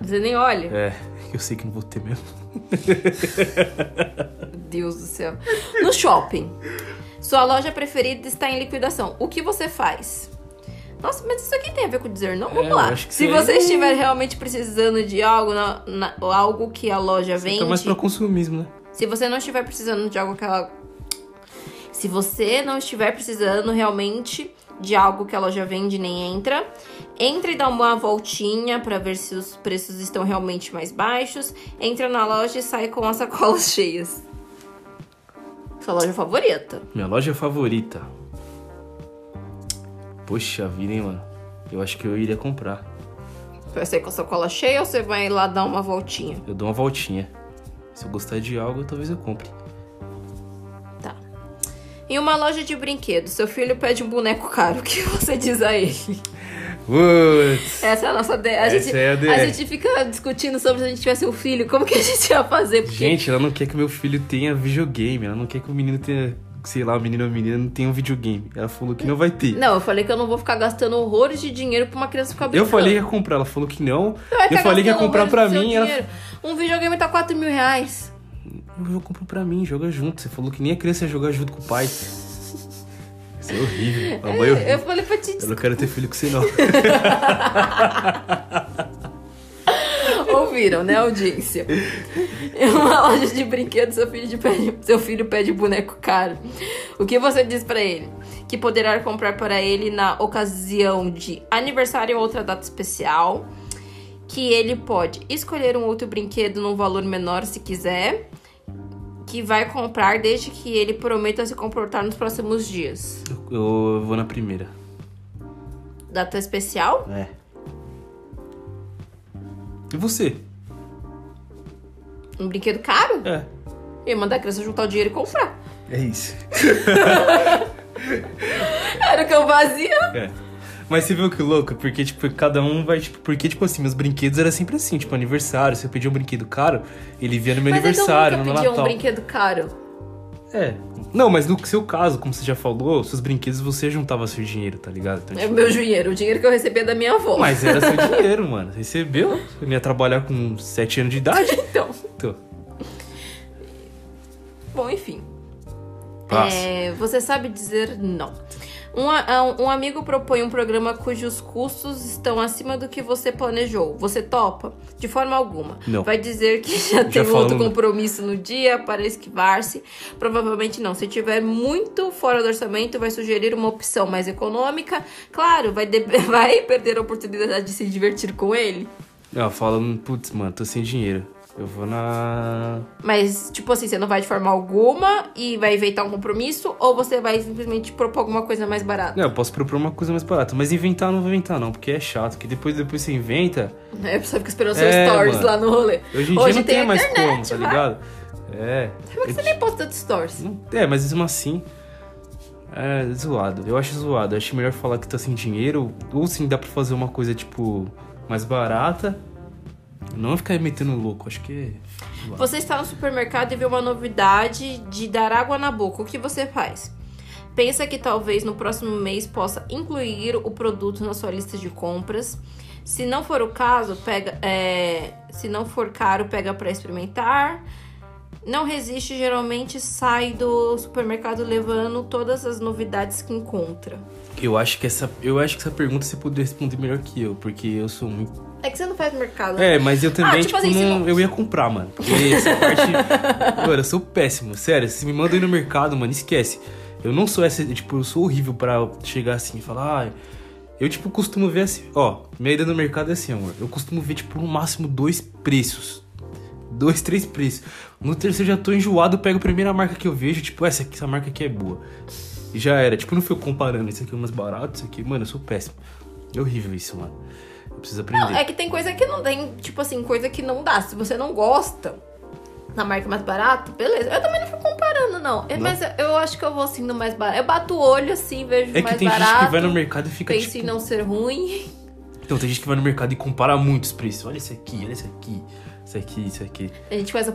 Speaker 2: Você nem olha.
Speaker 1: É, eu sei que não vou ter mesmo.
Speaker 2: Meu Deus do céu. No shopping, sua loja preferida está em liquidação. O que você faz? Nossa, mas isso aqui tem a ver com dizer não? Vamos
Speaker 1: É, eu
Speaker 2: lá.
Speaker 1: acho que
Speaker 2: Se
Speaker 1: isso
Speaker 2: você
Speaker 1: aí-
Speaker 2: estiver realmente precisando de algo, na- na- algo que a loja vende,
Speaker 1: Fica tá mais pra consumismo, né?
Speaker 2: Se você não estiver precisando de algo que ela. Se você não estiver precisando realmente de algo que a loja vende nem entra, entre e dá uma voltinha pra ver se os preços estão realmente mais baixos. Entra na loja e sai com as sacolas cheias. Sua loja favorita.
Speaker 1: Minha loja favorita. Poxa vida, hein, mano. Eu acho que eu iria comprar.
Speaker 2: Você vai sair com a sacola cheia ou você vai lá dar uma voltinha?
Speaker 1: Eu dou uma voltinha. Se eu gostar de algo, talvez eu compre.
Speaker 2: Tá. Em uma loja de brinquedos, seu filho pede um boneco caro. O que você diz a ele?
Speaker 1: Putz!
Speaker 2: Essa é a nossa. de- A,
Speaker 1: Essa
Speaker 2: gente,
Speaker 1: é a DR.
Speaker 2: a gente fica discutindo sobre se a gente tivesse um filho, como que a gente ia fazer? Porque
Speaker 1: Gente, ela não quer que meu filho tenha videogame. Ela não quer que o menino tenha, sei lá, o menino ou a menina não tenha um videogame. Ela falou que não vai ter.
Speaker 2: Não, eu falei que eu não vou ficar gastando horrores de dinheiro pra uma criança ficar
Speaker 1: Eu
Speaker 2: brincando.
Speaker 1: falei que ia comprar, ela falou que não.
Speaker 2: Você vai
Speaker 1: Eu
Speaker 2: ficar
Speaker 1: falei que ia
Speaker 2: gastando
Speaker 1: comprar
Speaker 2: horrores
Speaker 1: pra
Speaker 2: do seu
Speaker 1: mim. Ela...
Speaker 2: dinheiro. Um videogame tá 4 mil reais.
Speaker 1: Eu compro pra mim, joga junto. Você falou que nem a criança ia jogar junto com o pai. Isso é horrível. A mãe é
Speaker 2: eu,
Speaker 1: horrível.
Speaker 2: falei pra te
Speaker 1: Eu não quero ter filho com você, não.
Speaker 2: Ô, ouviram, né, audiência? Em uma loja de brinquedos, seu filho, de pede, seu filho pede boneco caro. O que você diz pra ele? Que poderá comprar para ele na ocasião de aniversário ou outra data especial. Que ele pode escolher um outro brinquedo num valor menor se quiser. Que vai comprar desde que ele prometa se comportar nos próximos dias.
Speaker 1: Eu vou na primeira.
Speaker 2: Data especial?
Speaker 1: É. E você?
Speaker 2: Um brinquedo caro?
Speaker 1: É.
Speaker 2: E mandar a criança juntar o dinheiro e comprar.
Speaker 1: É isso.
Speaker 2: Era o que eu fazia.
Speaker 1: É. Mas você viu que louco? Porque, tipo, cada um vai, tipo... Porque, tipo assim, meus brinquedos era sempre assim. Tipo, aniversário. Se eu pedia um brinquedo caro, ele via no meu
Speaker 2: Mas
Speaker 1: aniversário,
Speaker 2: então
Speaker 1: no
Speaker 2: nunca pedia
Speaker 1: meu Natal.
Speaker 2: um brinquedo caro.
Speaker 1: É. Não, mas no seu caso, como você já falou, seus brinquedos você juntava seu dinheiro, tá ligado? Então,
Speaker 2: É o
Speaker 1: tipo,
Speaker 2: meu dinheiro, o dinheiro que eu recebia da minha avó.
Speaker 1: Mas era seu dinheiro, mano. Recebeu. Eu ia trabalhar com 7 anos de idade.
Speaker 2: Então,
Speaker 1: Tô.
Speaker 2: bom, enfim.
Speaker 1: Passa.
Speaker 2: É, você sabe dizer não. Um, a- um- um amigo propõe um programa cujos custos estão acima do que você planejou. Você topa? De forma alguma.
Speaker 1: Não.
Speaker 2: Vai dizer que já, tem outro
Speaker 1: falamos.
Speaker 2: compromisso no dia para esquivar-se? Provavelmente não. Se tiver muito fora do orçamento, vai sugerir uma opção mais econômica. Claro, vai, de- vai perder a oportunidade de se divertir com ele.
Speaker 1: Ela fala, putz, mano, tô sem dinheiro. Eu vou na.
Speaker 2: Mas, tipo assim, você não vai de forma alguma e vai inventar um compromisso? Ou você vai simplesmente propor alguma coisa mais barata?
Speaker 1: Não, eu posso propor uma coisa mais barata. Mas inventar eu não vou inventar, não, porque é chato. Que depois, depois você inventa.
Speaker 2: É, a pessoa fica esperando seu
Speaker 1: É,
Speaker 2: stories
Speaker 1: mano.
Speaker 2: lá no rolê.
Speaker 1: Hoje em
Speaker 2: Hoje
Speaker 1: dia não
Speaker 2: tem
Speaker 1: tem, mais
Speaker 2: internet,
Speaker 1: como, tá
Speaker 2: vai.
Speaker 1: ligado? É.
Speaker 2: Como que você nem posta de stories?
Speaker 1: Não- É, mas mesmo assim. É zoado. Eu acho zoado. Eu acho melhor falar que tá sem dinheiro. Ou sim, dá pra fazer uma coisa, tipo, mais barata. Não ficar metendo louco. Acho que é. zoado.
Speaker 2: Você está no supermercado e vê uma novidade de dar água na boca. O que você faz? Pensa que talvez no próximo mês possa incluir o produto na sua lista de compras. Se não for o caso, pega. é, se não for caro, pega para experimentar. Não resiste, geralmente sai do supermercado levando todas as novidades que encontra.
Speaker 1: Eu acho que essa. Eu acho que essa pergunta você poderia responder melhor que eu, porque eu sou muito.
Speaker 2: É que você não faz mercado. né?
Speaker 1: É, mas eu também,
Speaker 2: Ah, tipo
Speaker 1: tipo,
Speaker 2: assim, se
Speaker 1: não-
Speaker 2: não-
Speaker 1: eu ia comprar, mano. Porque essa parte. mano, eu sou péssimo, sério. Se me mandam ir no mercado, mano, esquece. Eu não sou essa, tipo, eu sou horrível pra chegar assim e falar, ah, eu, tipo, costumo ver assim, ó, minha ida no mercado é assim, amor. Eu costumo ver, tipo, no máximo dois preços. Dois, três preços. No terceiro eu já tô enjoado, eu pego a primeira marca que eu vejo, tipo, essa aqui, essa marca aqui é boa. E já era. Tipo, eu não fui comparando isso aqui é mais barato, isso aqui, mano, eu sou péssimo. É horrível isso, mano. Eu preciso aprender.
Speaker 2: Não, é que tem coisa que não tem, tipo assim, coisa que não dá. Se você não gosta da marca mais barata, beleza. Eu também não fico comparando, não. Eu-
Speaker 1: Não?
Speaker 2: Mas eu acho que eu vou assim no mais barato. Eu bato o olho assim, vejo o
Speaker 1: É que
Speaker 2: mais
Speaker 1: tem
Speaker 2: barato.
Speaker 1: gente que vai no mercado e fica
Speaker 2: penso
Speaker 1: tipo...
Speaker 2: em não ser ruim.
Speaker 1: Então, tem gente que vai no mercado e compara muitos preços. Olha esse aqui, olha esse aqui, esse aqui, esse aqui.
Speaker 2: A gente faz a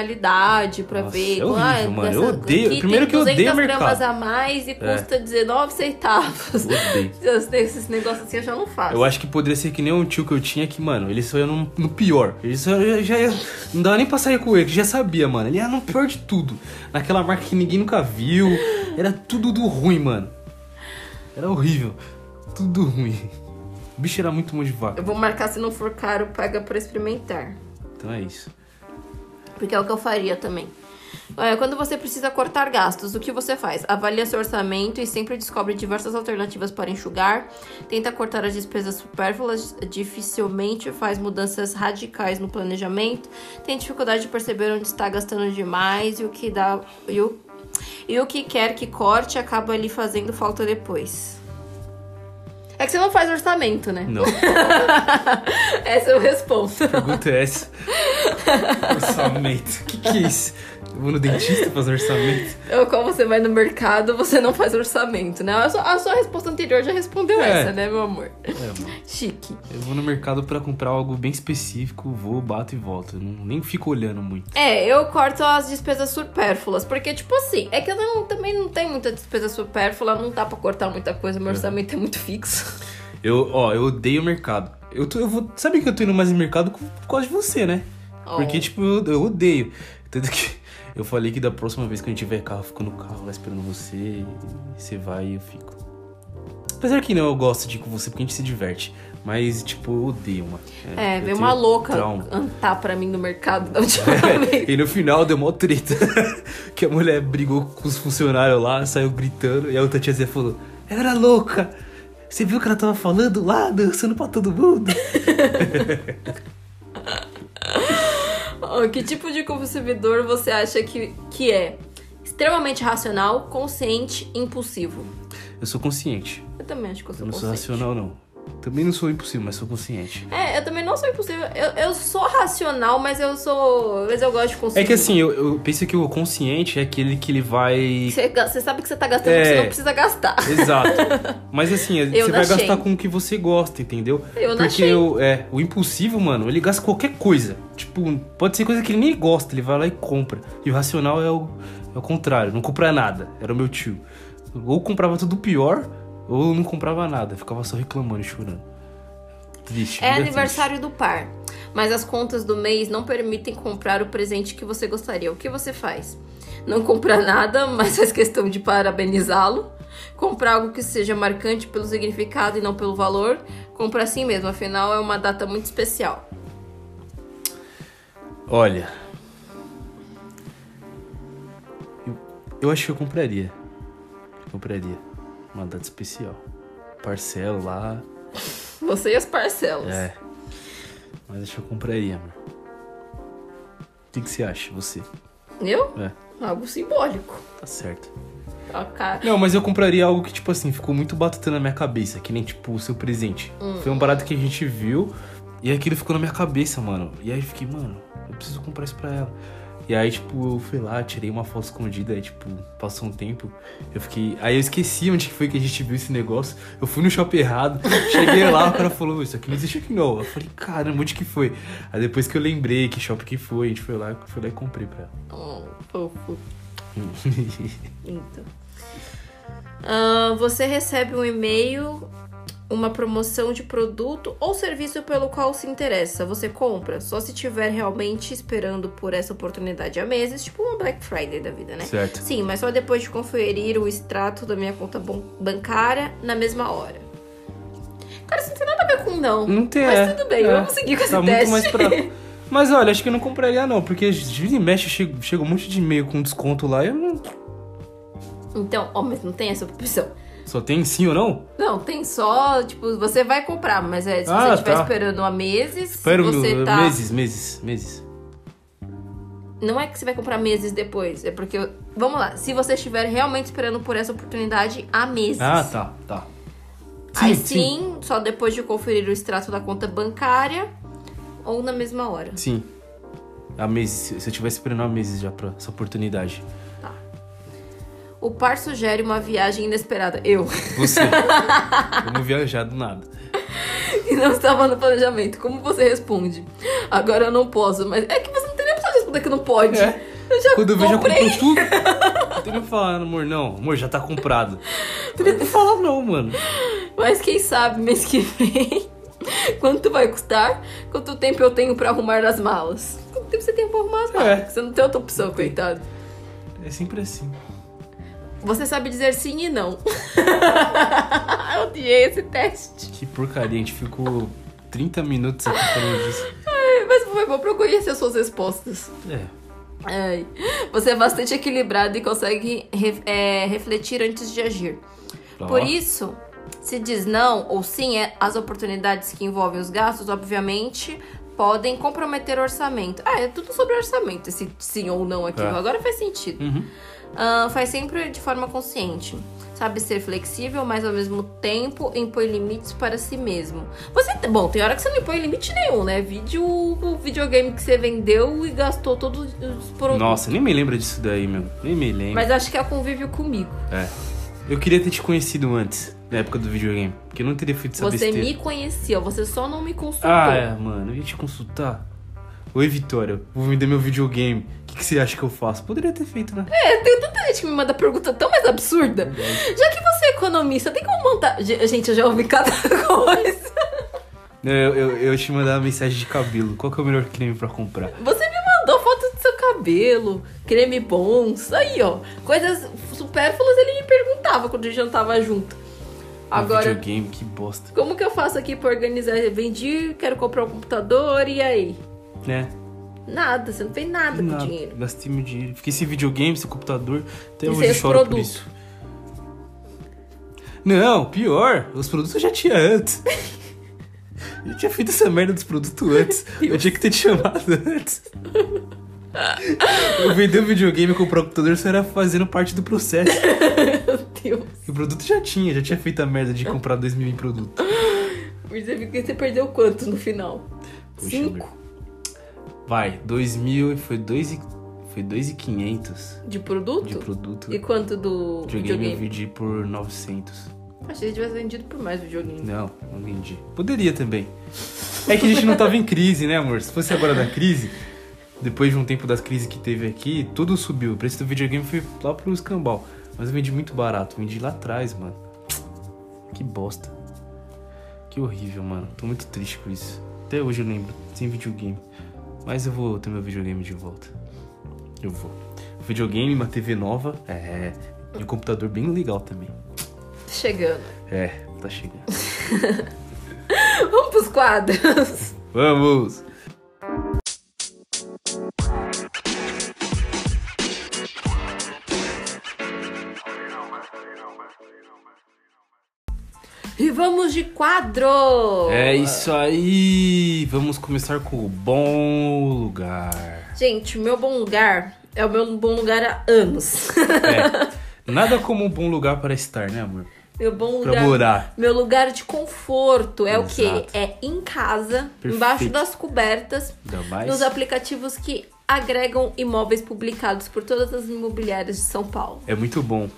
Speaker 2: proporcionalidade pra
Speaker 1: Nossa,
Speaker 2: ver.
Speaker 1: é horrível,
Speaker 2: Ah,
Speaker 1: mano.
Speaker 2: essa
Speaker 1: Eu odeio-
Speaker 2: aqui
Speaker 1: primeiro
Speaker 2: tem
Speaker 1: que eu odeio
Speaker 2: 200
Speaker 1: mercado. É.
Speaker 2: gramas a mais e custa 19 centavos.
Speaker 1: Odeio.
Speaker 2: Esses negócios assim eu já não faço.
Speaker 1: Eu acho que poderia ser que nem um tio que eu tinha que, mano, ele só ia no, no pior. Ele só ia- já ia- Não dava nem pra sair com ele, que já sabia, mano. Ele ia no pior de tudo. Naquela marca que ninguém nunca viu. Era tudo do ruim, mano. Era horrível. Tudo ruim. O bicho era muito mão de vaca.
Speaker 2: Eu vou marcar se não for caro, paga pra experimentar.
Speaker 1: Então é isso.
Speaker 2: Porque é o que eu faria também. É, Quando você precisa cortar gastos, o que você faz? Avalia seu orçamento e sempre descobre diversas alternativas para enxugar. Tenta cortar as despesas supérfluas, dificilmente faz mudanças radicais no planejamento. Tem dificuldade de perceber onde está gastando demais e o que dá e o, e o que quer que corte acaba lhe fazendo falta depois. É que você não faz orçamento, né?
Speaker 1: Não.
Speaker 2: Essa eu respondo.
Speaker 1: pergunta é essa? Orçamento. O que, que é isso? Eu vou no dentista fazer orçamento?
Speaker 2: Ou É qual você vai no mercado, você não faz orçamento, né? A sua, a sua resposta anterior já respondeu
Speaker 1: É.
Speaker 2: essa, né, meu amor?
Speaker 1: É, mano.
Speaker 2: Chique.
Speaker 1: Eu vou no mercado pra comprar algo bem específico, vou, bato e volto. Eu não, nem fico olhando muito.
Speaker 2: É, eu corto as despesas supérfluas, porque, tipo assim, é que eu não- também não tenho muita despesa supérflua, não dá pra cortar muita coisa, meu orçamento é muito fixo.
Speaker 1: Eu, ó, eu odeio o mercado. Eu, tô, eu vou. Sabe que eu tô indo mais no mercado por por causa de você, né?
Speaker 2: Oh.
Speaker 1: Porque, tipo, eu, eu odeio. Tanto que eu falei que da próxima vez que a gente tiver carro, eu fico no carro lá esperando você. e Você vai e eu fico. Apesar que não, eu gosto de ir com você porque a gente se diverte. Mas, tipo, eu odeio uma.
Speaker 2: É,
Speaker 1: eu
Speaker 2: veio
Speaker 1: tenho
Speaker 2: uma louca
Speaker 1: trauma.
Speaker 2: cantar pra mim no mercado da última vez.
Speaker 1: E no final deu mó treta. que a mulher brigou com os funcionários lá, saiu gritando. E a outra tiazinha falou: Ela era louca! Você viu o que ela tava falando lá, dançando pra todo mundo?
Speaker 2: Ó, que tipo de consumidor você acha que, que é? Extremamente racional, consciente, impulsivo.
Speaker 1: Eu sou consciente.
Speaker 2: Eu também acho que eu sou
Speaker 1: Eu não sou
Speaker 2: consciente.
Speaker 1: racional, não. Também não sou impossível, mas sou consciente.
Speaker 2: É, eu também não sou impossível. Eu, eu sou racional, mas eu sou. Mas eu gosto de consumir.
Speaker 1: É que assim, eu, eu penso que o consciente é aquele que ele vai.
Speaker 2: Você, ga- você sabe que você tá gastando
Speaker 1: É.
Speaker 2: o que você não precisa gastar.
Speaker 1: Exato. Mas assim,
Speaker 2: Eu
Speaker 1: você vai
Speaker 2: não achei.
Speaker 1: gastar com o que você gosta, entendeu?
Speaker 2: Eu não
Speaker 1: Porque
Speaker 2: achei.
Speaker 1: o- é, o impulsivo, mano, ele gasta qualquer coisa. Tipo, pode ser coisa que ele nem gosta, ele vai lá e compra. E o racional é o, é o contrário, não comprar nada. Era o meu tio. Ou comprava tudo pior, ou não comprava nada. Ficava só reclamando e chorando. Triste. né?
Speaker 2: É
Speaker 1: vida
Speaker 2: aniversário do par, mas as contas do mês não permitem comprar o presente que você gostaria. O que você faz? Não comprar nada, mas faz questão de parabenizá-lo. Comprar algo que seja marcante pelo significado e não pelo valor. Comprar assim mesmo, afinal é uma data muito especial.
Speaker 1: triste. Olha. Eu, eu acho que eu compraria. Eu compraria. Uma data especial. Parcelo lá.
Speaker 2: Você e as parcelas.
Speaker 1: É. Mas acho que eu compraria, mano. O que, que você acha, você?
Speaker 2: Eu?
Speaker 1: É,
Speaker 2: Algo simbólico.
Speaker 1: tá certo.
Speaker 2: Ó, cara.
Speaker 1: Não, mas eu compraria algo que, tipo assim, ficou muito batutando na minha cabeça, que nem, tipo, o seu presente. Foi um barato que a gente viu e aquilo ficou na minha cabeça, mano. E aí eu fiquei, mano, eu preciso comprar isso pra ela. E aí, tipo, eu fui lá, tirei uma foto escondida, aí, tipo, passou um tempo, eu fiquei... Aí eu esqueci onde que foi que a gente viu esse negócio, eu fui no shopping errado, cheguei lá, o cara falou, isso aqui não existe aqui não. Eu falei, caramba, onde que foi? Aí depois que eu lembrei que shopping que foi, a gente foi lá, foi lá e comprei pra ela.
Speaker 2: Oh, fofo. Então. Ah, você recebe um e-mail, uma promoção de produto ou serviço pelo qual se interessa. Você compra só se tiver realmente esperando por essa oportunidade há meses, tipo uma Black Friday da vida, né?
Speaker 1: certo.
Speaker 2: Sim, mas só depois de conferir o extrato da minha conta ban- bancária na mesma hora. Cara, isso não tem nada a ver com não.
Speaker 1: Não tem.
Speaker 2: Mas
Speaker 1: é.
Speaker 2: tudo bem,
Speaker 1: É.
Speaker 2: vamos seguir com esse
Speaker 1: Tá muito
Speaker 2: teste.
Speaker 1: mais pra- Mas olha, acho que eu não compraria não, porque de mexe chega, chega um monte de e-mail com desconto lá e eu não...
Speaker 2: Então, ó, mas não tem essa opção.
Speaker 1: Só tem sim ou não?
Speaker 2: Não, tem só, tipo, você vai comprar, mas é, se
Speaker 1: Ah,
Speaker 2: você estiver
Speaker 1: tá.
Speaker 2: esperando há meses,
Speaker 1: Espera
Speaker 2: se você
Speaker 1: meu-
Speaker 2: tá.
Speaker 1: um meses, meses, meses.
Speaker 2: Não é que você vai comprar meses depois, é porque. Vamos lá, se você estiver realmente esperando por essa oportunidade há meses.
Speaker 1: Ah, tá, tá.
Speaker 2: Aí sim, só depois de conferir o extrato da conta bancária ou na mesma hora.
Speaker 1: Sim. Há meses, se eu tivesse esperando há meses já pra essa oportunidade.
Speaker 2: O par sugere uma viagem inesperada. Eu,
Speaker 1: Você. Vamos viajar do nada.
Speaker 2: que não estava no planejamento. Como você responde? Agora eu não posso, mas é que você não tem nem a opção de responder que não pode.
Speaker 1: É.
Speaker 2: Eu já
Speaker 1: Quando eu vejo, já
Speaker 2: comprei.
Speaker 1: comprou tudo. Não tem nem o que falar, amor, não. Amor, já tá comprado. Não tem nem o que falar não, mano.
Speaker 2: Mas quem sabe mês que vem? Quanto vai custar? Quanto tempo eu tenho pra arrumar as malas? Quanto tempo você tem pra arrumar as malas?
Speaker 1: É.
Speaker 2: Você não tem outra opção, coitado.
Speaker 1: É sempre assim.
Speaker 2: Você sabe dizer sim e não. eu odiei esse teste.
Speaker 1: Que porcaria, a gente ficou 30 minutos aqui falando disso.
Speaker 2: Ai, Mas foi bom pra eu conhecer as suas respostas.
Speaker 1: É,
Speaker 2: Ai. Você é bastante equilibrado e consegue re- é, refletir antes de agir.
Speaker 1: ó.
Speaker 2: Por isso, se diz não ou sim, é- as oportunidades que envolvem os gastos, obviamente, podem comprometer o orçamento. Ah, é tudo sobre orçamento, esse sim ou não aqui.
Speaker 1: É.
Speaker 2: Agora faz sentido.
Speaker 1: Uhum.
Speaker 2: Ah, faz sempre de forma consciente. Sabe ser flexível, mas ao mesmo tempo impõe limites para si mesmo. Você, bom, tem hora que você não impõe limite nenhum, né? Vídeo, o videogame que você vendeu e gastou todos os produtos.
Speaker 1: Nossa, nem me lembra disso daí, meu. Nem me lembro. É.
Speaker 2: Mas acho que é o convívio comigo.
Speaker 1: Eu queria ter te conhecido antes, na época do videogame. Porque eu não teria feito essa
Speaker 2: você
Speaker 1: besteira.
Speaker 2: me conhecia, você só não me consultou.
Speaker 1: Ah, é, mano, eu ia te consultar. Oi, Vitória, vou vender meu videogame. O que, que você acha que eu faço? Poderia ter feito, né?
Speaker 2: É, tem tanta gente que me manda pergunta tão mais absurda. Já que você é economista, tem como montar. Ge- Gente, eu já ouvi cada coisa.
Speaker 1: Não, É, Eu, eu, eu te mandar uma mensagem de cabelo. Qual que é o melhor creme pra comprar?
Speaker 2: Você me mandou foto do seu cabelo, creme bons, aí ó. Coisas supérfluas ele me perguntava quando a gente jantava junto. Agora,
Speaker 1: Um videogame, que bosta.
Speaker 2: como que eu faço aqui pra organizar? Vendi, quero comprar um computador, e aí?
Speaker 1: Né?
Speaker 2: Nada, você não fez nada com o
Speaker 1: Nada,
Speaker 2: dinheiro.
Speaker 1: Gastei meu dinheiro. Fiquei sem videogame, sem computador. Até
Speaker 2: E
Speaker 1: hoje
Speaker 2: sem
Speaker 1: eu
Speaker 2: os
Speaker 1: choro por
Speaker 2: produtos.
Speaker 1: isso. Não, pior. Os produtos eu já tinha antes. eu tinha feito essa merda dos produtos antes. eu tinha que ter te chamado antes. eu vender o videogame e comprar o computador só era fazendo parte do processo.
Speaker 2: Meu Deus.
Speaker 1: E o produto já tinha, já tinha feito a merda de comprar dois mil em produto.
Speaker 2: Mas Você viu que você perdeu quanto no final?
Speaker 1: Puxa,
Speaker 2: Cinco
Speaker 1: Vai, dois mil e foi dois e... Foi dois e quinhentos
Speaker 2: de produto?
Speaker 1: de produto.
Speaker 2: E quanto do
Speaker 1: Videogame
Speaker 2: videogame?
Speaker 1: eu vendi por 900.
Speaker 2: Achei que tivesse vendido por mais videogame.
Speaker 1: Não, não vendi. Poderia também. É que a gente não tava em crise, né, amor? Se fosse agora da crise, depois de um tempo das crises que teve aqui, tudo subiu. O preço do videogame foi lá pro escambau. Mas eu vendi muito barato, vendi lá atrás, mano. Que bosta. Que horrível, mano. Tô muito triste com isso. Até hoje eu lembro, sem videogame. Mas eu vou ter meu videogame de volta. Eu vou. Videogame, uma TV nova. É. E um computador bem legal também.
Speaker 2: Chegando.
Speaker 1: É, tá chegando.
Speaker 2: Vamos pros quadros.
Speaker 1: Vamos!
Speaker 2: E vamos de quadro!
Speaker 1: É isso aí! Vamos começar com o bom lugar.
Speaker 2: Gente, meu bom lugar é o meu bom lugar há anos.
Speaker 1: É, nada como um bom lugar para estar, né, amor?
Speaker 2: meu bom
Speaker 1: Pra
Speaker 2: lugar.
Speaker 1: morar.
Speaker 2: Meu lugar de conforto é o quê?
Speaker 1: Exato.
Speaker 2: É em casa,
Speaker 1: Perfeito.
Speaker 2: embaixo das cobertas,
Speaker 1: Ainda mais.
Speaker 2: nos aplicativos que agregam imóveis publicados por todas as imobiliárias de São Paulo.
Speaker 1: É muito bom.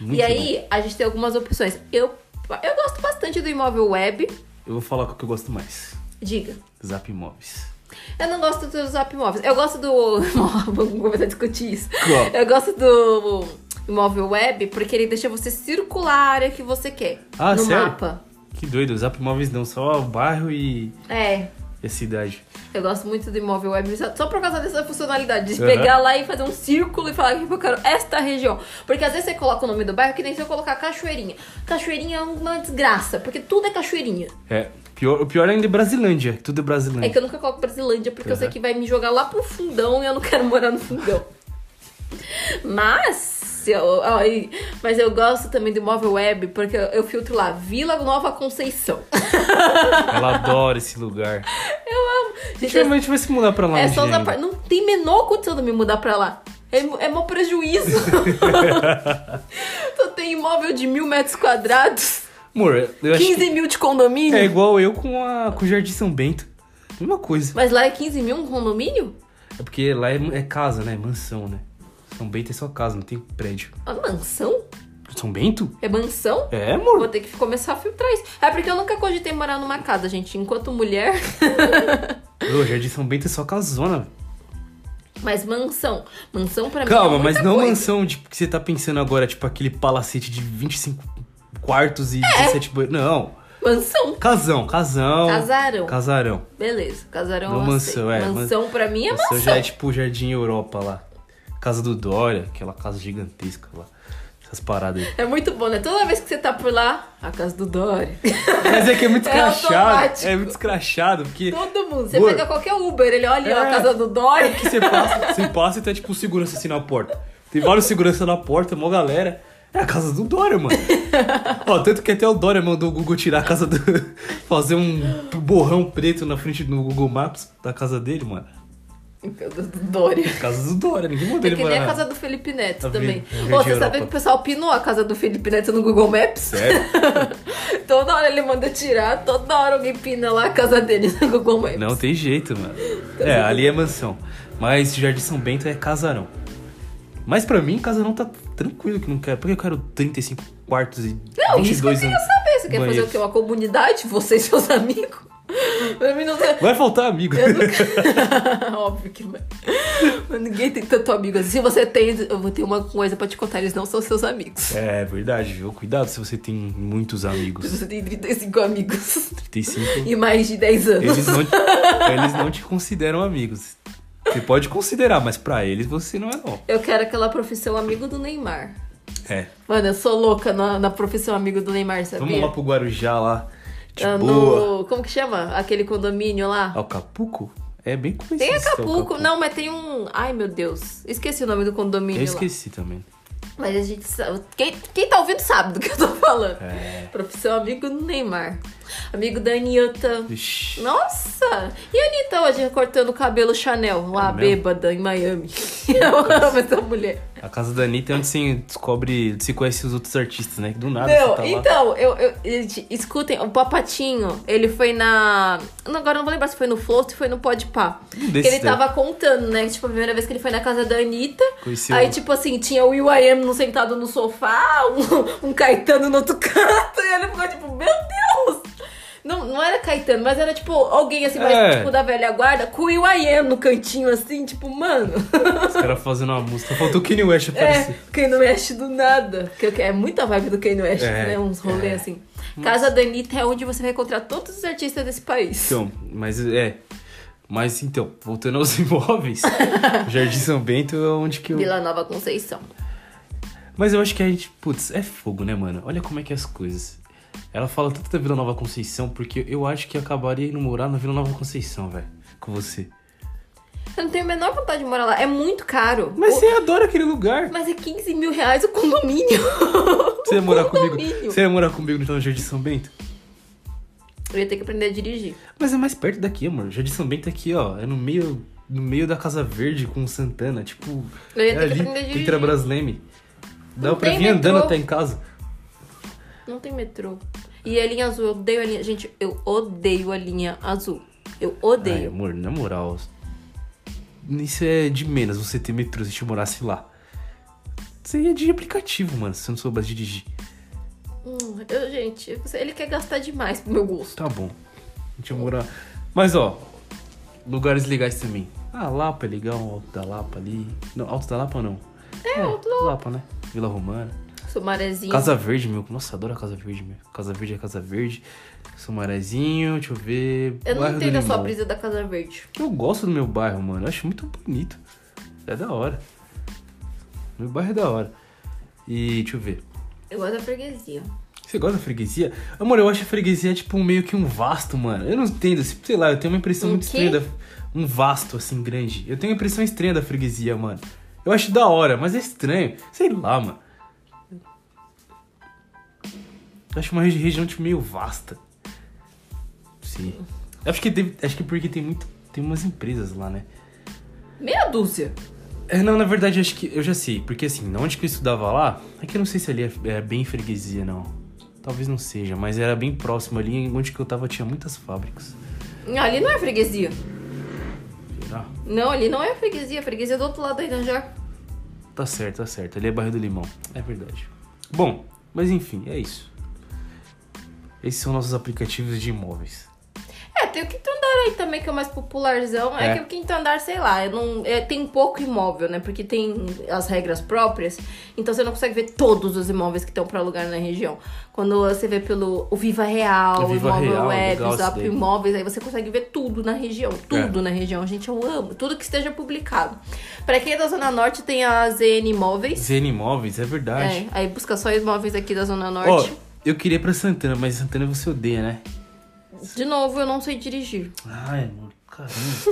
Speaker 1: Muito
Speaker 2: e aí, a gente tem algumas opções. Eu, eu gosto bastante do imóvel web.
Speaker 1: bom. Eu vou falar com o que eu gosto mais:
Speaker 2: Diga.
Speaker 1: Zap Imóveis.
Speaker 2: Eu não gosto dos app imóveis. Eu gosto do. Vamos começar a discutir isso.
Speaker 1: Qual?
Speaker 2: Eu gosto do imóvel web porque ele deixa você circular a área que você quer
Speaker 1: Ah,
Speaker 2: no
Speaker 1: sério?
Speaker 2: mapa.
Speaker 1: Que doido, Zap Imóveis não, só o bairro e,
Speaker 2: É.
Speaker 1: e a cidade.
Speaker 2: Eu gosto muito do imóvel web só só por causa dessa funcionalidade de
Speaker 1: Aham.
Speaker 2: pegar lá e fazer um círculo e falar que eu quero esta região. Porque às vezes você coloca o nome do bairro que nem se eu colocar Cachoeirinha. Cachoeirinha é uma desgraça, porque tudo é Cachoeirinha.
Speaker 1: É, pior, o pior ainda é Brasilândia, tudo é
Speaker 2: É
Speaker 1: Brasilândia.
Speaker 2: que eu nunca coloco Brasilândia, porque eu sei
Speaker 1: Aham.
Speaker 2: que vai me jogar lá pro fundão e eu não quero morar no fundão. mas, eu, ó, e- mas eu gosto também do imóvel web, porque eu, eu filtro lá, Vila Nova Conceição.
Speaker 1: Ela adora esse lugar.
Speaker 2: Gente, é,
Speaker 1: Geralmente vai se mudar pra lá.
Speaker 2: é
Speaker 1: um
Speaker 2: só
Speaker 1: dia
Speaker 2: usar
Speaker 1: ainda.
Speaker 2: pra- Não tem menor condição de me mudar pra lá. É, mo- é meu prejuízo. Só tem imóvel de mil metros quadrados,
Speaker 1: Amor, eu acho
Speaker 2: 15
Speaker 1: que
Speaker 2: mil de condomínio.
Speaker 1: é igual eu com, a, com o Jardim São Bento. Mesma coisa.
Speaker 2: Mas lá é 15 mil um condomínio?
Speaker 1: É porque lá é, é casa, né? Mansão, né? São Bento é só casa, não tem prédio.
Speaker 2: Ah, mansão?
Speaker 1: São Bento?
Speaker 2: É mansão?
Speaker 1: É,
Speaker 2: Vou
Speaker 1: amor.
Speaker 2: ter que começar a filtrar isso. É porque eu nunca cogitei morar numa casa, gente, enquanto mulher.
Speaker 1: Ô, Jardim São Bento é só casona.
Speaker 2: Mas mansão. Mansão pra mim.
Speaker 1: Calma,
Speaker 2: é
Speaker 1: mas
Speaker 2: muita
Speaker 1: não
Speaker 2: coisa.
Speaker 1: mansão tipo, que você tá pensando agora, tipo aquele palacete de 25 quartos e 17 banheiros. Não.
Speaker 2: Mansão.
Speaker 1: Casão, casão.
Speaker 2: Casarão.
Speaker 1: Casarão.
Speaker 2: Beleza, casarão
Speaker 1: Não
Speaker 2: eu
Speaker 1: mansão,
Speaker 2: aceito.
Speaker 1: é, man-
Speaker 2: Mansão pra mim é
Speaker 1: Esse
Speaker 2: mansão.
Speaker 1: já é tipo o Jardim Europa lá. Casa do Dória, aquela casa gigantesca lá. Essas paradas aí.
Speaker 2: É muito bom, né? Toda vez que você tá por lá, a casa do Dori.
Speaker 1: Mas é que é muito
Speaker 2: É
Speaker 1: escrachado.
Speaker 2: automático.
Speaker 1: É, muito escrachado, porque.
Speaker 2: Todo mundo. Você
Speaker 1: Amor.
Speaker 2: pega qualquer Uber, ele olha ó,
Speaker 1: É.
Speaker 2: a casa do Dori.
Speaker 1: que você passa, você passa e tá tipo um segurança assim na porta. Tem vários segurança na porta, mó galera. É a casa do Dória, mano. Ó, tanto que até o Dória mandou o Google tirar a casa do. fazer um borrão preto na frente do Google Maps da casa dele, mano.
Speaker 2: Casa do Dori.
Speaker 1: Casa do Dória, ninguém mandou
Speaker 2: É
Speaker 1: ele
Speaker 2: que nem
Speaker 1: morar.
Speaker 2: a
Speaker 1: na-
Speaker 2: casa do Felipe Neto
Speaker 1: Tá
Speaker 2: também.
Speaker 1: vendo?
Speaker 2: Ô, você
Speaker 1: Jardim
Speaker 2: sabe
Speaker 1: Europa.
Speaker 2: que o pessoal pinou a casa do Felipe Neto no Google Maps?
Speaker 1: Sério?
Speaker 2: Toda hora ele manda tirar, toda hora alguém pina lá a casa dele né, no Google Maps.
Speaker 1: Não tem jeito, mano. É, ali é mansão. Mas Jardim São Bento é casarão. Mas pra mim, casarão tá tranquilo que não quero. Porque eu quero 35 quartos e
Speaker 2: Não, isso que eu
Speaker 1: 22
Speaker 2: queria
Speaker 1: anos.
Speaker 2: saber. Você quer fazer o quê? Uma comunidade? Você e seus amigos? Pra mim não tem...
Speaker 1: Vai faltar amigo.
Speaker 2: Óbvio que não. Mas ninguém tem tanto amigo assim. Se você tem, eu vou ter uma coisa pra te contar. Eles não são seus amigos.
Speaker 1: É verdade, viu? Cuidado se você tem muitos
Speaker 2: Se
Speaker 1: amigos.
Speaker 2: Você tem 35 amigos
Speaker 1: 35.
Speaker 2: e mais de 10 anos.
Speaker 1: Eles não, eles não te consideram amigos. Você pode considerar, mas pra eles você não é não.
Speaker 2: Eu quero aquela profissão amigo do Neymar.
Speaker 1: É.
Speaker 2: Mano, eu sou louca na, na profissão amigo do Neymar, sabia?
Speaker 1: Vamos lá pro Guarujá lá. De
Speaker 2: Ah,
Speaker 1: boa.
Speaker 2: no, como que chama? Aquele condomínio lá?
Speaker 1: Acapulco? É bem conhecido.
Speaker 2: Tem
Speaker 1: esse
Speaker 2: Acapulco. Não, mas tem um. Ai, meu Deus. Esqueci o nome do condomínio
Speaker 1: Eu esqueci também.
Speaker 2: lá. Mas a gente sabe. Quem, quem tá ouvindo sabe do que eu tô falando.
Speaker 1: É.
Speaker 2: Profissão um amigo do Neymar. Amigo da Anitta.
Speaker 1: Ixi.
Speaker 2: Nossa! E a Anitta hoje cortando o cabelo Chanel, lá
Speaker 1: É mesmo?
Speaker 2: bêbada, em Miami. Eu amo essa mulher.
Speaker 1: A casa da Anitta é onde se descobre, se conhece os outros artistas, né? Que do nada
Speaker 2: Meu,
Speaker 1: você tá lá.
Speaker 2: então, eu, eu- gente, escutem, o Papatinho, ele foi na. não, Agora eu não vou lembrar se foi no Flow se foi no Podpah.
Speaker 1: Um
Speaker 2: Que
Speaker 1: desses
Speaker 2: ele
Speaker 1: daí.
Speaker 2: tava contando, né? Tipo, a primeira vez que ele foi na casa da Anitta.
Speaker 1: Conheceu-
Speaker 2: Aí, tipo assim, tinha o Will.i.am no- sentado no sofá, um, um Caetano no outro canto. E ele ficou tipo, meu Deus! Não, não era Caetano, mas era tipo alguém assim, mais
Speaker 1: É.
Speaker 2: tipo da velha guarda, com o Will.i.am no cantinho assim, tipo, mano.
Speaker 1: Os caras fazendo uma música. Faltou o Kanye West
Speaker 2: É,
Speaker 1: aparecer.
Speaker 2: Kanye West do nada. Que que é muita vibe do Kanye West,
Speaker 1: É,
Speaker 2: né? Uns rolês assim. Casa da Anitta é onde você vai encontrar todos os artistas desse país.
Speaker 1: Então, mas é... Mas então, voltando aos imóveis, o Jardim São Bento é onde que eu...
Speaker 2: Vila Nova Conceição.
Speaker 1: Mas eu acho que a gente, putz, é fogo, né, mano? Olha como é que é as coisas. Ela fala tanto da Vila Nova Conceição, porque eu acho que eu acabaria indo morar na Vila Nova Conceição, velho. Com você.
Speaker 2: Eu não tenho a menor vontade de morar lá. É muito caro.
Speaker 1: Mas
Speaker 2: O-
Speaker 1: você adora aquele lugar.
Speaker 2: mas é 15 mil reais o condomínio.
Speaker 1: Você ia morar comigo.
Speaker 2: condomínio.
Speaker 1: Você ia morar comigo então, no Jardim São Bento?
Speaker 2: Eu ia ter que aprender a dirigir.
Speaker 1: Mas é mais perto daqui, amor. Jardim São Bento é aqui, ó. É no meio, no meio da Casa Verde com o Santana. Tipo,
Speaker 2: Eu ia
Speaker 1: é
Speaker 2: ter que
Speaker 1: ali,
Speaker 2: aprender a dirigir.
Speaker 1: entre a Brasleme. Dá
Speaker 2: Não
Speaker 1: pra
Speaker 2: tem
Speaker 1: vir andando
Speaker 2: metrô.
Speaker 1: até em casa.
Speaker 2: Não tem metrô. E a linha azul, eu odeio a linha. Gente, eu odeio a linha azul. Eu
Speaker 1: Ai,
Speaker 2: odeio.
Speaker 1: amor, na moral. Isso é de menos você ter metrô se te morasse lá. Você ia de aplicativo, mano, se você não soubesse dirigir.
Speaker 2: Hum, eu, gente, você- ele quer gastar demais pro meu gosto.
Speaker 1: Tá bom. A gente ia morar. Mas ó, lugares legais também. Ah, Lapa é legal, Alto da Lapa ali. Não, Alto da Lapa não. É,
Speaker 2: Alto da
Speaker 1: Lapa. né? Vila Romana.
Speaker 2: Sumarezinho.
Speaker 1: Casa Verde, meu. Nossa, adoro a Casa Verde, meu. Casa Verde é Casa Verde. Sumarezinho, deixa eu ver.
Speaker 2: Eu não
Speaker 1: Bairro do
Speaker 2: entendo a sua
Speaker 1: Limão.
Speaker 2: brisa da Casa Verde.
Speaker 1: Eu gosto do meu bairro, mano. Eu acho muito bonito. É da hora. Meu bairro é da hora. E deixa eu ver.
Speaker 2: Eu gosto da freguesia.
Speaker 1: Você gosta da freguesia? Amor, eu acho a freguesia tipo um- meio que um vasto, mano. Eu não entendo, assim, sei lá, eu tenho uma impressão
Speaker 2: Um
Speaker 1: muito
Speaker 2: quê?
Speaker 1: estranha da. Um vasto, assim, grande. Eu tenho uma impressão estranha da freguesia, mano. Eu acho da hora, mas é estranho. Sei lá, mano. Eu acho uma regi- região tipo, meio vasta. Sim. Eu acho que deve- acho que porque tem muito. Tem umas empresas lá, né?
Speaker 2: Meia dúzia.
Speaker 1: É, não, na verdade, acho que eu já sei. Porque assim, na onde que eu estudava lá, é que eu não sei se ali é- era bem freguesia, não. Talvez não seja, mas era bem próximo ali, onde que eu tava tinha muitas fábricas.
Speaker 2: Ali não é freguesia.
Speaker 1: Será?
Speaker 2: Não, ali não é freguesia. Freguesia é do outro lado ainda já.
Speaker 1: Tá certo, tá certo. Ali é Barra do Limão. É verdade. Bom, mas enfim, é isso. Esses são nossos aplicativos de imóveis.
Speaker 2: É, tem o quinto andar aí também, que é o mais popularzão. É,
Speaker 1: É.
Speaker 2: que o quinto andar, sei lá, eu não, é, tem pouco imóvel, né? Porque tem as regras próprias. Então você não consegue ver todos os imóveis que estão pra alugar na região. Quando você vê pelo o Viva Real,
Speaker 1: O
Speaker 2: o
Speaker 1: Viva
Speaker 2: Imóvel
Speaker 1: Real,
Speaker 2: Web,
Speaker 1: legal
Speaker 2: o
Speaker 1: isso
Speaker 2: Zap
Speaker 1: daí. É.
Speaker 2: Imóveis, aí você consegue ver tudo na região. Tudo na região, gente, eu amo. Tudo que esteja publicado. Pra quem é da Zona Norte, tem a ZN Imóveis.
Speaker 1: Zen Imóveis, é
Speaker 2: É,
Speaker 1: verdade.
Speaker 2: aí busca só imóveis aqui da Zona
Speaker 1: Ó,
Speaker 2: Norte.
Speaker 1: eu queria ir pra Santana, mas Santana você odeia, né?
Speaker 2: De novo, eu não sei dirigir.
Speaker 1: Ai, amor, caramba.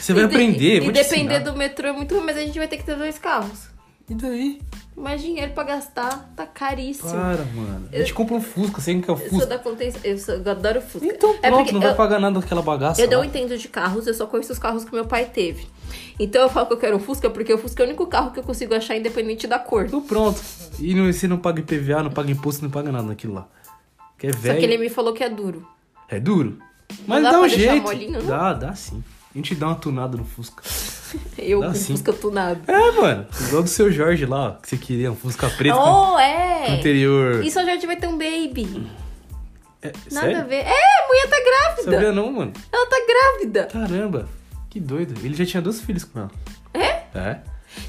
Speaker 1: Você vai
Speaker 2: E de-
Speaker 1: aprender,
Speaker 2: E,
Speaker 1: vou te
Speaker 2: depender
Speaker 1: ensinar.
Speaker 2: do metrô é muito ruim, mas a gente vai ter que ter dois carros.
Speaker 1: E daí?
Speaker 2: Mais dinheiro pra gastar, tá caríssimo.
Speaker 1: Para, mano. A gente compra um Fusca, você não quer o
Speaker 2: Eu sou
Speaker 1: Fusca.
Speaker 2: da contenção, eu, sou, eu adoro Fusca.
Speaker 1: Então
Speaker 2: é
Speaker 1: pronto,
Speaker 2: porque
Speaker 1: não vai
Speaker 2: eu,
Speaker 1: pagar nada daquela bagaça.
Speaker 2: eu não
Speaker 1: lá.
Speaker 2: entendo de carros, eu só conheço os carros que meu pai teve. Então eu falo que eu quero um Fusca porque o Fusca é o único carro que eu consigo achar independente da cor.
Speaker 1: Então pronto. E não, você não paga IPVA, não paga imposto, não paga nada naquilo lá. Que é
Speaker 2: Só que ele
Speaker 1: velho.
Speaker 2: me falou que é duro.
Speaker 1: É duro. Mas
Speaker 2: dá
Speaker 1: dá,
Speaker 2: pra
Speaker 1: um
Speaker 2: deixar
Speaker 1: jeito.
Speaker 2: molinho, não?
Speaker 1: Dá, dá sim. A gente dá uma tunada no Fusca.
Speaker 2: Eu
Speaker 1: Ah,
Speaker 2: com
Speaker 1: sim.
Speaker 2: Fusca tunado.
Speaker 1: É, mano. Igual do seu Jorge lá, ó, que você queria um Fusca preto com
Speaker 2: Oh,
Speaker 1: com
Speaker 2: é!
Speaker 1: interior.
Speaker 2: Isso já vai ter um baby.
Speaker 1: É,
Speaker 2: Nada a
Speaker 1: sério?
Speaker 2: ver. É, a mulher tá grávida.
Speaker 1: Sabia não, mano.
Speaker 2: Ela tá grávida.
Speaker 1: Caramba. Que doido. Ele já tinha dois filhos com ela. É? É.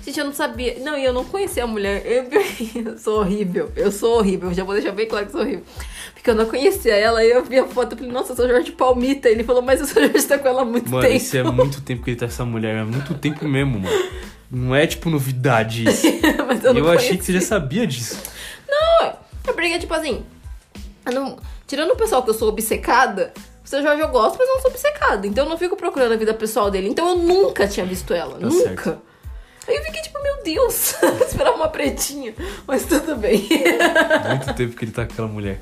Speaker 2: Gente, eu não sabia. Não, e eu não conhecia a mulher. Eu, eu sou horrível. Eu sou horrível. Já vou deixar bem claro que sou horrível. Porque eu não conhecia ela. Aí eu vi a foto e falei, nossa, eu sou Jorge Palmita. Ele falou, mas o seu Jorge tá com ela há muito
Speaker 1: Mano,
Speaker 2: tempo.
Speaker 1: isso é muito tempo que ele tá com essa mulher. É muito tempo mesmo, mano. Não é tipo novidade isso.
Speaker 2: Mas eu
Speaker 1: E
Speaker 2: não
Speaker 1: é- eu achei que
Speaker 2: conheço.
Speaker 1: você já sabia disso.
Speaker 2: É porque, tipo assim, eu não- tirando o pessoal que eu sou obcecada, o seu Jorge eu gosto, mas eu não sou obcecada. Então eu não fico procurando a vida pessoal dele. Então eu nunca tinha visto ela.
Speaker 1: Tá
Speaker 2: nunca.
Speaker 1: certo.
Speaker 2: Aí eu fiquei tipo, meu Deus, esperava uma pretinha. Mas tudo bem.
Speaker 1: Muito tempo que ele tá com aquela mulher.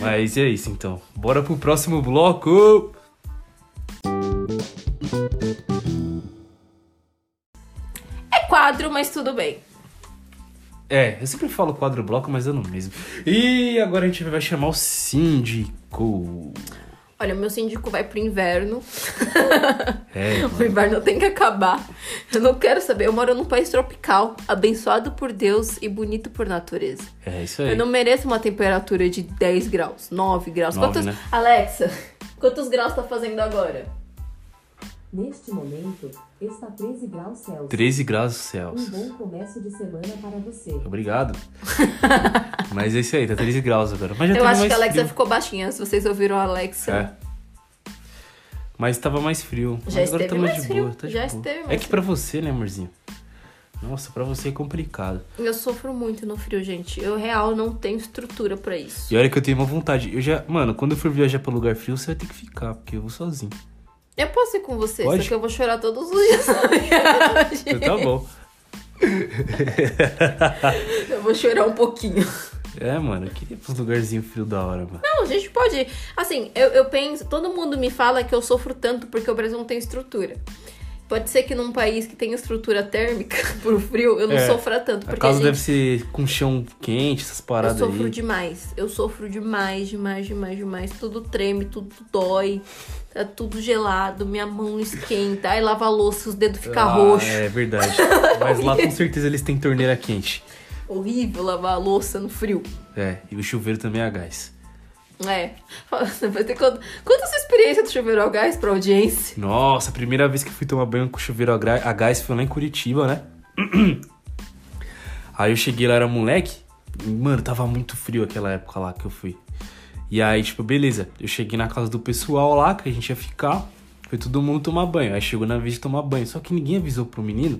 Speaker 1: Mas é isso então. Bora pro próximo bloco.
Speaker 2: É quadro, mas tudo bem.
Speaker 1: É, eu sempre falo quadro bloco, mas eu não mesmo. E agora a gente vai chamar o síndico.
Speaker 2: Olha, meu síndico vai pro inverno.
Speaker 1: É,
Speaker 2: O inverno tem que acabar. Eu não quero saber. Eu moro num país tropical, abençoado por Deus e bonito por natureza.
Speaker 1: é isso
Speaker 2: Eu
Speaker 1: aí.
Speaker 2: não mereço uma temperatura de 10 graus, 9 graus.
Speaker 1: Nove,
Speaker 2: quantos...
Speaker 1: né?
Speaker 2: Alexa, quantos graus tá fazendo agora?
Speaker 3: Neste momento, está 13 graus Celsius.
Speaker 1: 13 graus Celsius.
Speaker 3: Um
Speaker 2: Uhum.
Speaker 3: bom começo de semana para você.
Speaker 1: Obrigado. Mas é isso aí, tá 13 graus agora. Mas já
Speaker 2: Eu
Speaker 1: tava
Speaker 2: acho
Speaker 1: mais
Speaker 2: que é a Alexa
Speaker 1: frio.
Speaker 2: ficou baixinha. Se vocês ouviram a Alexa.
Speaker 1: É. Mas tava mais frio.
Speaker 2: Já
Speaker 1: Mas agora
Speaker 2: esteve
Speaker 1: tá mais,
Speaker 2: mais
Speaker 1: de
Speaker 2: frio.
Speaker 1: boa. Tá de
Speaker 2: Já
Speaker 1: boa.
Speaker 2: esteve mais
Speaker 1: É que
Speaker 2: frio.
Speaker 1: pra você, né, amorzinho? Nossa, pra você é complicado.
Speaker 2: Eu sofro muito no frio, gente. Eu, real, não tenho estrutura pra isso.
Speaker 1: E olha que eu tenho uma vontade. Eu já. Mano, quando eu for viajar pra um lugar frio, você vai ter que ficar, porque eu vou sozinho.
Speaker 2: Eu posso ir com você,
Speaker 1: Pode.
Speaker 2: só que eu vou chorar todos os dias. na viagem.
Speaker 1: Então tá bom.
Speaker 2: eu vou chorar um pouquinho.
Speaker 1: É, mano, eu queria ir pros lugarzinhos frios da hora, mano.
Speaker 2: Não, a gente pode. ir. Assim, eu, eu penso. Todo mundo me fala que eu sofro tanto porque o Brasil não tem estrutura. Pode ser que num país que tem estrutura térmica pro frio, eu não
Speaker 1: É.
Speaker 2: sofra tanto.
Speaker 1: A
Speaker 2: Porque
Speaker 1: casa
Speaker 2: gente,
Speaker 1: deve ser com chão quente, essas
Speaker 2: eu
Speaker 1: paradas
Speaker 2: sofro
Speaker 1: aí.
Speaker 2: demais. Eu sofro demais, demais, demais, demais. Tudo treme, tudo dói. Tá tudo gelado, minha mão esquenta. Aí lava a louça, os dedos ficam
Speaker 1: Ah,
Speaker 2: roxos.
Speaker 1: É verdade. Mas lá com certeza eles têm torneira quente.
Speaker 2: Horrível lavar a louça no frio.
Speaker 1: É, e o chuveiro também é a gás.
Speaker 2: É. Vai ter quanto, quanto a sua experiência do chuveiro ao gás pra audiência?
Speaker 1: Nossa, a primeira vez que fui tomar banho com chuveiro a gra- a gás foi lá em Curitiba, né? Aí eu cheguei lá, era moleque. e, Mano, tava muito frio aquela época lá que eu fui. E aí, tipo, beleza. Eu cheguei na casa do pessoal lá, que a gente ia ficar. Foi todo mundo tomar banho. Aí chegou na vez de tomar banho. Só que ninguém avisou pro menino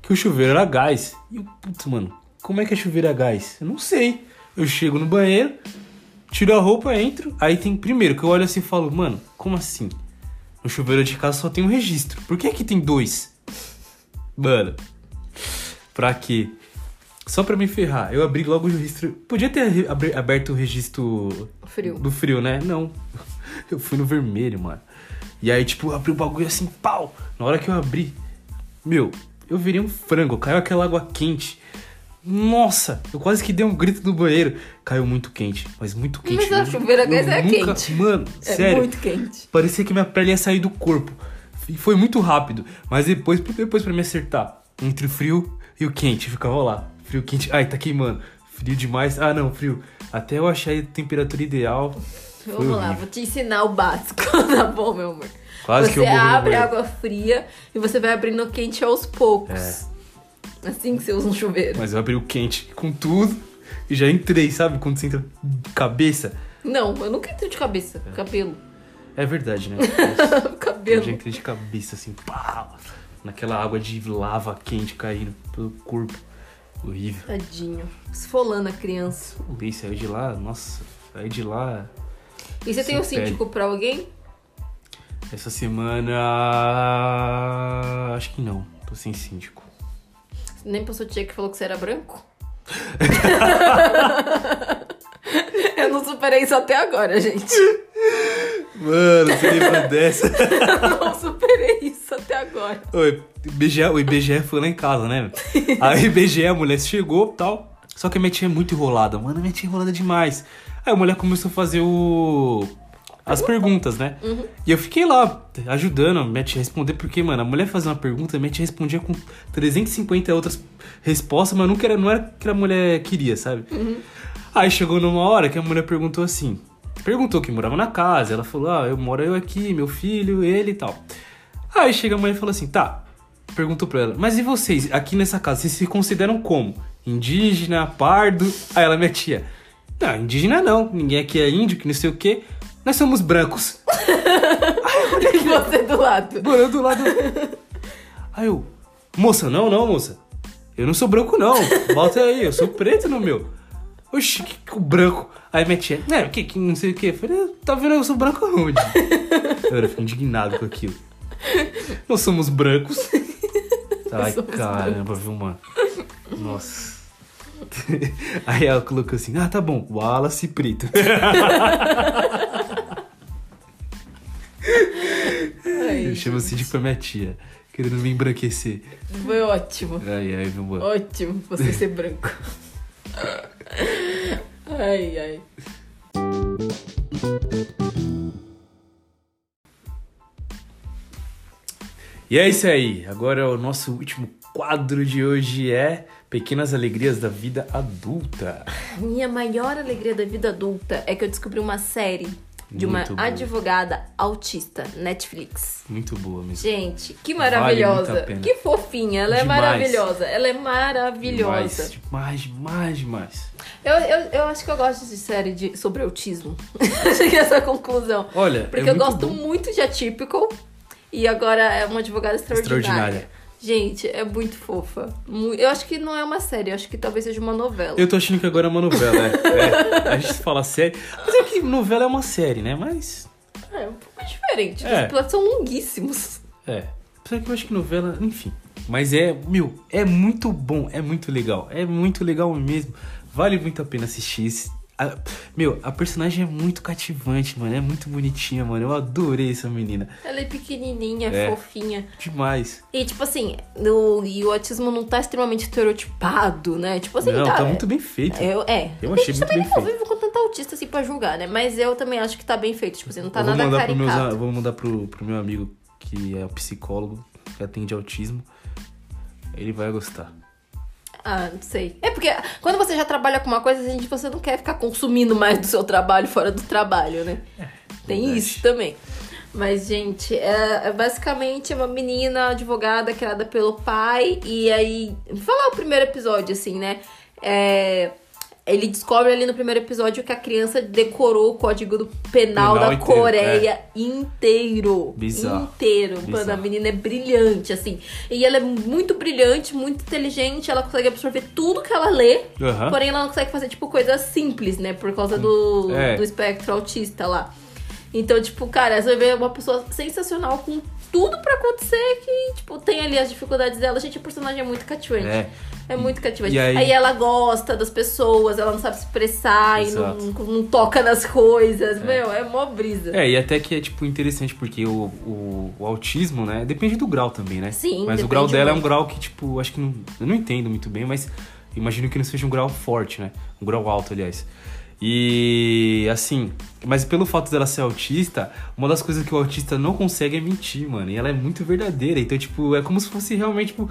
Speaker 1: que o chuveiro era gás. E eu, putz, mano, como é que é chuveiro a gás? Eu não sei. Eu chego no banheiro, tiro a roupa, entro. Aí tem primeiro que eu olho assim e falo, mano, como assim? No chuveiro de casa só tem um registro. Por que aqui tem dois? Mano, pra quê? Só pra me ferrar, eu abri logo o registro. Podia ter re- abri- aberto o registro
Speaker 2: Frio.
Speaker 1: do frio, né? Não. Eu fui no vermelho, mano. E aí, tipo, eu abri o bagulho assim, pau! Na hora que eu abri, meu, eu virei um frango, caiu aquela água quente. Nossa, eu quase que dei um grito no banheiro. Caiu muito quente, mas muito
Speaker 2: Mas
Speaker 1: quente.
Speaker 2: a
Speaker 1: Eu
Speaker 2: chuveira
Speaker 1: nu-
Speaker 2: gás
Speaker 1: eu
Speaker 2: é
Speaker 1: nunca-
Speaker 2: quente.
Speaker 1: Mano, sério.
Speaker 2: É muito quente.
Speaker 1: Parecia que minha pele ia sair do corpo. E foi muito rápido. Mas depois, depois pra me acertar, entre o frio e o quente, eu ficava lá. Frio, quente. Ai, tá queimando. Frio demais. Ah, não, frio. Até eu achar a temperatura ideal. Foi
Speaker 2: Vamos lá,
Speaker 1: horrível.
Speaker 2: vou te ensinar o básico, tá bom, meu amor?
Speaker 1: Quase
Speaker 2: você
Speaker 1: que eu morri no
Speaker 2: abre
Speaker 1: banheiro.
Speaker 2: água fria e você vai abrindo quente aos poucos.
Speaker 1: É.
Speaker 2: Assim que você usa um chuveiro.
Speaker 1: Mas eu abri o quente com tudo e já entrei, sabe? Quando você entra de cabeça.
Speaker 2: Não, eu nunca entro de cabeça. Cabelo.
Speaker 1: É verdade, né? Eu já
Speaker 2: Cabelo.
Speaker 1: entrei de cabeça, assim, pá! Naquela água de lava quente caindo pelo corpo. Horrível.
Speaker 2: Tadinho. Esfolando a criança.
Speaker 1: Bem, saiu de lá, nossa. Saiu de lá
Speaker 2: E você tem um
Speaker 1: Super.
Speaker 2: síndico pra alguém?
Speaker 1: Essa semana. Acho que não. Tô sem síndico.
Speaker 2: Nem pra sua tia que falou que você era branco? eu não superei isso até agora, gente.
Speaker 1: Mano, você lembra dessa?
Speaker 2: Eu não superei isso até agora.
Speaker 1: Oi, IBGE, o IBGE foi lá em casa, né? Aí o IBGE, a mulher chegou e tal. Só que a minha tia é muito enrolada. Mano, a minha tia é enrolada demais. Aí a mulher começou a fazer o. As perguntas, né? E eu fiquei lá ajudando a minha tia a responder, porque, mano, a mulher fazia uma pergunta, a minha tia respondia com 350 outras respostas, mas nunca era, não era o que a mulher queria, sabe? Aí chegou numa hora que a mulher perguntou assim. Perguntou quem morava na casa. Ela falou: Ah, eu moro eu aqui, meu filho, ele e tal. Aí chega a mulher e fala assim: Tá. Perguntou pra ela: Mas e vocês aqui nessa casa, vocês se consideram como? Indígena, pardo? Aí ela, minha tia: Não, indígena não. Ninguém aqui é índio, que não sei o quê. Nós somos brancos.
Speaker 2: E você é do lado.
Speaker 1: Mano, eu do lado. Aí eu. Moça, não, não, moça. Eu não sou branco, não. Volta aí, eu sou preto no meu. Oxi, que, que o branco. Aí minha tia, né, que, que, não sei o que. Eu falei, "Ah, tá vendo, eu sou branco aonde? eu era, fiquei indignado com aquilo. Nós somos brancos. Ai, caramba, viu, mano? Nossa. Aí ela colocou assim, ah, tá bom, Wallace Preto.
Speaker 2: Ai,
Speaker 1: Eu chamo assim de pra minha tia, querendo me embranquecer.
Speaker 2: Foi ótimo.
Speaker 1: Ai, ai, meu mano.
Speaker 2: Ótimo você ser branco. Ai, ai.
Speaker 1: E é isso aí. Agora o nosso último quadro de hoje é Pequenas Alegrias da Vida Adulta.
Speaker 2: A minha maior alegria da vida adulta é que eu descobri uma série de uma
Speaker 1: Muito boa.
Speaker 2: advogada autista, Netflix.
Speaker 1: Muito boa mesmo.
Speaker 2: Gente, que
Speaker 1: Vale
Speaker 2: maravilhosa.
Speaker 1: muito a pena.
Speaker 2: que fofinha. Ela
Speaker 1: Demais.
Speaker 2: é maravilhosa. Ela é maravilhosa.
Speaker 1: Demais, demais, demais, demais.
Speaker 2: Eu, eu, eu acho que eu gosto de série de, sobre autismo. Cheguei a essa conclusão.
Speaker 1: Olha, é
Speaker 2: Porque eu
Speaker 1: muito
Speaker 2: gosto
Speaker 1: bom.
Speaker 2: muito de atípico. E agora é uma advogada extraordinária.
Speaker 1: Extraordinária.
Speaker 2: Gente, é muito fofa. Mu- Eu acho que não é uma série, eu acho que talvez seja uma novela.
Speaker 1: Eu tô achando que agora é uma novela, é. É, A gente fala série. Mas é que novela é uma série, né? Mas.
Speaker 2: É um pouco diferente.
Speaker 1: É.
Speaker 2: Os episódios são longuíssimos.
Speaker 1: É. Apesar que eu acho que novela, enfim. Mas é, meu, é muito bom, é muito legal. É muito legal mesmo. Vale muito a pena assistir. esse- a- meu, a personagem é muito cativante, mano. É muito bonitinha, mano. Eu adorei essa menina.
Speaker 2: Ela é pequenininha,
Speaker 1: É.
Speaker 2: fofinha.
Speaker 1: Demais.
Speaker 2: E, tipo assim, no, e o autismo não tá extremamente estereotipado, né? Tipo assim,
Speaker 1: Não, tá
Speaker 2: é-
Speaker 1: muito bem feito.
Speaker 2: Eu, é.
Speaker 1: Eu
Speaker 2: Porque
Speaker 1: achei
Speaker 2: a gente
Speaker 1: muito
Speaker 2: também
Speaker 1: bem
Speaker 2: não
Speaker 1: feito.
Speaker 2: vivo com tanto autista assim pra julgar, né? Mas eu também acho que tá bem feito. Tipo assim, não tá
Speaker 1: eu vou
Speaker 2: nada
Speaker 1: mandar pro meus,
Speaker 2: caricado.
Speaker 1: eu vou mandar pro, pro meu amigo que é um psicólogo, que atende autismo. Ele vai gostar.
Speaker 2: Ah, não sei. É porque quando você já trabalha com uma coisa, a gente, você não quer ficar consumindo mais do seu trabalho fora do trabalho, né? Tem
Speaker 1: É, verdade.
Speaker 2: isso também. Mas, gente, é, é basicamente uma menina advogada criada pelo pai. E aí. Vou falar o primeiro episódio, assim, né? É, ele descobre ali no primeiro episódio que a criança decorou o código do penal,
Speaker 1: Penal
Speaker 2: da
Speaker 1: inteiro, é.
Speaker 2: Coreia inteiro.
Speaker 1: Bizarro.
Speaker 2: Inteiro. Mano, a
Speaker 1: Bizarro.
Speaker 2: menina é brilhante, assim. E ela é muito brilhante, muito inteligente, ela consegue absorver tudo que ela lê.
Speaker 1: Aham.
Speaker 2: Porém, ela não consegue fazer, tipo, coisas simples, né? Por causa do,
Speaker 1: É.
Speaker 2: do espectro autista lá. Então, tipo, cara, você vê uma pessoa sensacional com tudo pra acontecer que, tipo, tem ali as dificuldades dela. Gente, o personagem é muito cativante.
Speaker 1: É.
Speaker 2: É muito cativante.
Speaker 1: E aí-
Speaker 2: aí... ela gosta das pessoas, ela não sabe se expressar e não,
Speaker 1: Exato.
Speaker 2: não toca nas coisas. Meu, é mó brisa.
Speaker 1: É, e até que é, tipo, interessante, porque o, o, o autismo, né, depende do grau também, né?
Speaker 2: Sim,
Speaker 1: Mas o
Speaker 2: depende
Speaker 1: grau dela é um
Speaker 2: muito.
Speaker 1: grau que, tipo, acho que não, eu não entendo muito bem, mas imagino que não seja um grau forte, né? Um grau alto, aliás. E, assim, mas pelo fato dela ser autista, uma das coisas que o autista não consegue é mentir, mano. E ela é muito verdadeira, então, tipo, é como se fosse realmente, tipo...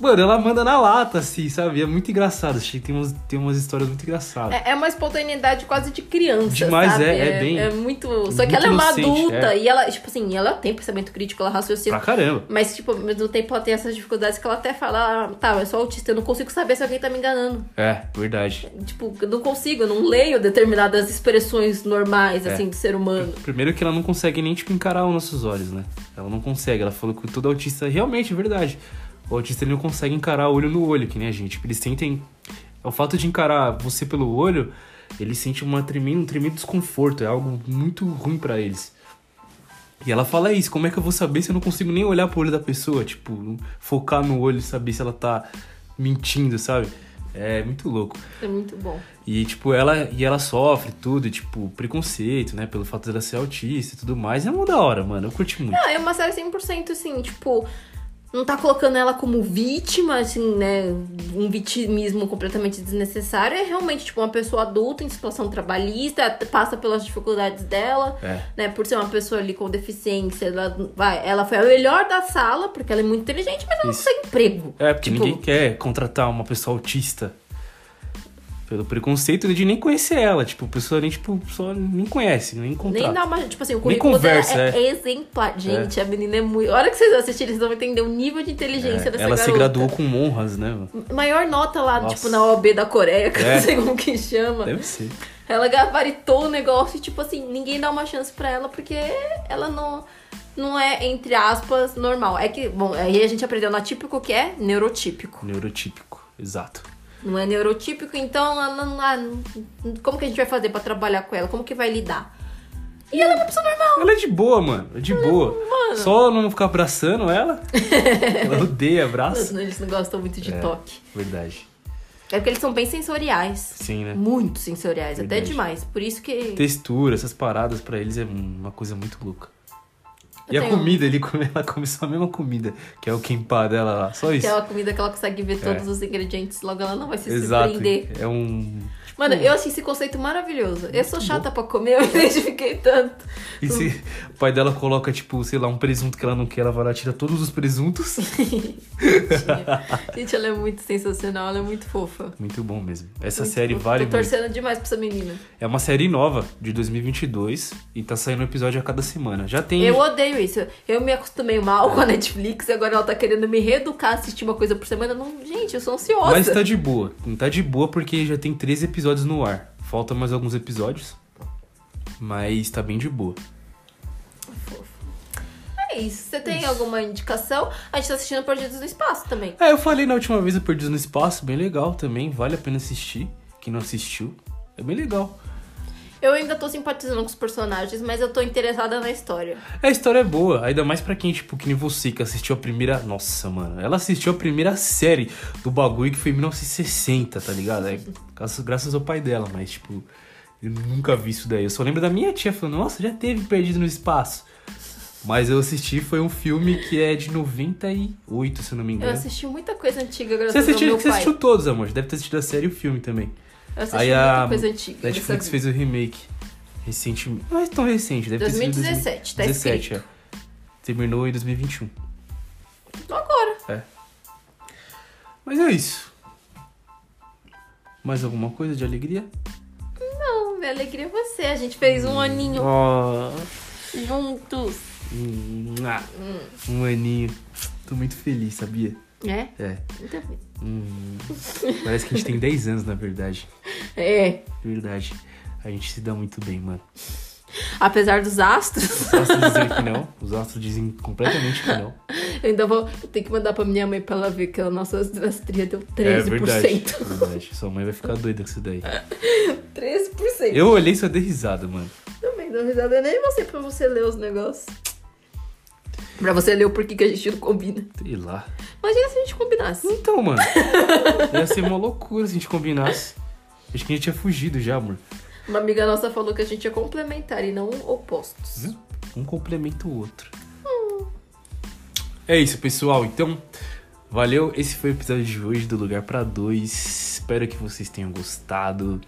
Speaker 1: Mano, ela manda na lata, assim, sabe? É muito engraçado. Achei que tem umas, tem umas histórias muito engraçadas.
Speaker 2: É, é uma espontaneidade quase de criança,
Speaker 1: Demais,
Speaker 2: sabe?
Speaker 1: é, é bem-
Speaker 2: muito... Só
Speaker 1: muito
Speaker 2: que ela é uma
Speaker 1: inocente,
Speaker 2: adulta
Speaker 1: é.
Speaker 2: e ela, tipo assim, ela tem pensamento crítico, ela raciocina.
Speaker 1: Pra caramba.
Speaker 2: Mas, tipo, ao mesmo tempo ela tem essas dificuldades que ela até fala, ah, tá, eu sou autista, eu não consigo saber se alguém tá me enganando.
Speaker 1: É, verdade.
Speaker 2: Tipo, eu não consigo, eu não leio determinadas expressões normais,
Speaker 1: É.
Speaker 2: assim, do ser humano.
Speaker 1: Primeiro que ela não consegue nem, tipo, encarar os nossos olhos, né? Ela não consegue. Ela falou que todo autista, realmente, é verdade. O autista, ele não consegue encarar olho no olho, que nem a gente. Tipo, Eles sentem... O fato de encarar você pelo olho, ele sente uma tremendo, um tremendo desconforto. É algo muito ruim pra eles. E ela fala isso, como é que eu vou saber se eu não consigo nem olhar pro olho da pessoa? Tipo, focar no olho e saber se ela tá mentindo, sabe? É muito louco.
Speaker 2: É muito bom.
Speaker 1: E, tipo, ela, e ela sofre tudo, e, tipo, preconceito, né? Pelo fato dela ser autista e tudo mais. É uma da hora, mano. Eu curti muito.
Speaker 2: Não, é uma série 100% assim, tipo, não tá colocando ela como vítima, assim, né? Um vitimismo completamente desnecessário. É realmente, tipo, uma pessoa adulta em situação trabalhista, é, passa pelas dificuldades dela,
Speaker 1: É.
Speaker 2: né? Por ser uma pessoa ali com deficiência, ela, vai, ela foi a melhor da sala, porque ela é muito inteligente, mas ela
Speaker 1: Isso.
Speaker 2: não tem emprego.
Speaker 1: É, porque
Speaker 2: Tipo-
Speaker 1: ninguém quer contratar uma pessoa autista. Pelo preconceito de nem conhecer ela. Tipo, a pessoa nem, tipo, só nem conhece, nem contrata.
Speaker 2: Nem dá uma. Tipo assim, o currículo
Speaker 1: conversa, né?
Speaker 2: dela é, exemplar. Gente, a menina é muito. A hora que vocês assistirem, vocês vão entender o nível de inteligência dessa
Speaker 1: É, ela
Speaker 2: garota.
Speaker 1: se graduou com honras, né? mano?
Speaker 2: Maior nota lá,
Speaker 1: Nossa.
Speaker 2: tipo, na OAB da Coreia, que eu
Speaker 1: É.
Speaker 2: não sei como que chama.
Speaker 1: Deve ser.
Speaker 2: Ela gabaritou o negócio e, tipo assim, ninguém dá uma chance pra ela porque ela não. não é, entre aspas, normal. É que, bom, aí a gente aprendeu no atípico que é neurotípico.
Speaker 1: Neurotípico, exato.
Speaker 2: Não é neurotípico, então ela não- ah, não- como que a gente vai fazer pra trabalhar com ela? Como que vai lidar? E ela é uma pessoa normal.
Speaker 1: Ela é de boa, mano. É de boa. Só não ficar abraçando ela. ela odeia abraço.
Speaker 2: Eles não gostam muito
Speaker 1: É.
Speaker 2: de toque.
Speaker 1: Verdade.
Speaker 2: É porque eles são bem sensoriais.
Speaker 1: Sim, né?
Speaker 2: Muito sensoriais, até
Speaker 1: Verdade.
Speaker 2: demais. Por isso que.
Speaker 1: Textura, essas paradas pra eles é uma coisa muito louca.
Speaker 2: Eu
Speaker 1: e a
Speaker 2: tenho-
Speaker 1: comida, ele come, ela come só a mesma comida, que é o quempá dela lá. Só isso.
Speaker 2: Aquela comida que ela consegue ver todos
Speaker 1: É.
Speaker 2: os ingredientes, logo ela não vai se
Speaker 1: Exato.
Speaker 2: surpreender.
Speaker 1: É um.
Speaker 2: Mano, eu achei esse conceito maravilhoso. Eu sou
Speaker 1: Tipo,
Speaker 2: chata pra comer, eu me identifiquei tanto.
Speaker 1: E se o pai dela coloca, tipo, sei lá, um presunto que ela não quer, ela vai lá e tira todos os presuntos.
Speaker 2: Tadinha. Gente, ela é muito sensacional, ela é muito fofa.
Speaker 1: Muito bom mesmo. Essa
Speaker 2: Muito
Speaker 1: série
Speaker 2: fofa.
Speaker 1: vale
Speaker 2: Tô
Speaker 1: muito.
Speaker 2: torcendo demais pra essa menina.
Speaker 1: É uma série nova de 2022 e tá saindo episódio a cada semana. Já tem.
Speaker 2: Eu odeio isso. Eu me acostumei mal com a Netflix, agora ela tá querendo me reeducar a assistir uma coisa por semana. Não, gente, eu sou ansiosa.
Speaker 1: Mas tá de boa. Não tá de boa porque já tem três episódios no ar. Falta mais alguns episódios. Mas tá bem de boa.
Speaker 2: É isso. Você tem alguma indicação? A gente tá assistindo Perdidos no Espaço também.
Speaker 1: É, eu falei na última vez o Perdidos no Espaço, bem legal também, vale a pena assistir. Quem não assistiu, é bem legal.
Speaker 2: Eu ainda tô simpatizando com os personagens, mas eu tô interessada na história.
Speaker 1: A história é boa, ainda mais pra quem, tipo, que nem você, que assistiu a primeira. Nossa, mano, ela assistiu a primeira série do bagulho que foi em 1960, tá ligado? É, graças, graças ao pai dela, mas, tipo, eu nunca vi isso daí. Eu só lembro da minha tia falando, nossa, já teve Perdido no Espaço. Mas eu assisti, foi um filme que é de 98, se eu não me
Speaker 2: Eu
Speaker 1: engano.
Speaker 2: assisti muita coisa antiga graças
Speaker 1: É. Você
Speaker 2: ao
Speaker 1: assistiu,
Speaker 2: meu
Speaker 1: você
Speaker 2: pai.
Speaker 1: assistiu todos, amor. Deve ter assistido a série e o filme também.
Speaker 2: Eu assisti
Speaker 1: Aí
Speaker 2: muita
Speaker 1: a
Speaker 2: coisa antiga.
Speaker 1: Netflix
Speaker 2: dessa
Speaker 1: fez o remake recentemente. Não é tão recente, deve ter sido
Speaker 2: 2017, tá
Speaker 1: 2017, é. Terminou em 2021.
Speaker 2: vida. Agora.
Speaker 1: Mas é isso. Mais alguma coisa de alegria?
Speaker 2: Não, minha alegria é você. A gente fez um aninho
Speaker 1: Ó.
Speaker 2: juntos.
Speaker 1: Hum, ah, um aninho. Tô muito feliz, sabia?
Speaker 2: É?
Speaker 1: É.
Speaker 2: Então,
Speaker 1: Hum, parece que a gente tem 10 anos, na verdade.
Speaker 2: É.
Speaker 1: Verdade. A gente se dá muito bem, mano.
Speaker 2: Apesar dos astros,
Speaker 1: Os astros dizem que não. Os astros dizem completamente que não.
Speaker 2: eu ainda vou. Eu tenho que mandar pra minha mãe pra ela ver que a nossa astrastria deu 13%.
Speaker 1: É verdade. verdade. Sua mãe vai ficar doida com isso daí.
Speaker 2: 13%.
Speaker 1: Eu olhei e só dei risada, mano.
Speaker 2: Também dou risada. Eu nem mostrei pra você ler os negócios. Pra você ler o porquê que a gente não combina.
Speaker 1: Sei lá.
Speaker 2: Imagina se a gente combinasse.
Speaker 1: Então, mano, ia ser uma loucura se a gente combinasse. Acho que a gente tinha fugido já, amor.
Speaker 2: Uma amiga nossa falou que a gente é complementar e não opostos.
Speaker 1: Viu? Um complementa o outro. É isso, pessoal. Então, valeu. Esse foi o episódio de hoje do Lugar pra Dois. Espero que vocês tenham gostado.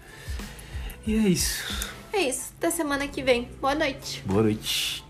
Speaker 1: E é isso.
Speaker 2: É isso. Até semana que vem. Boa noite.
Speaker 1: Boa noite.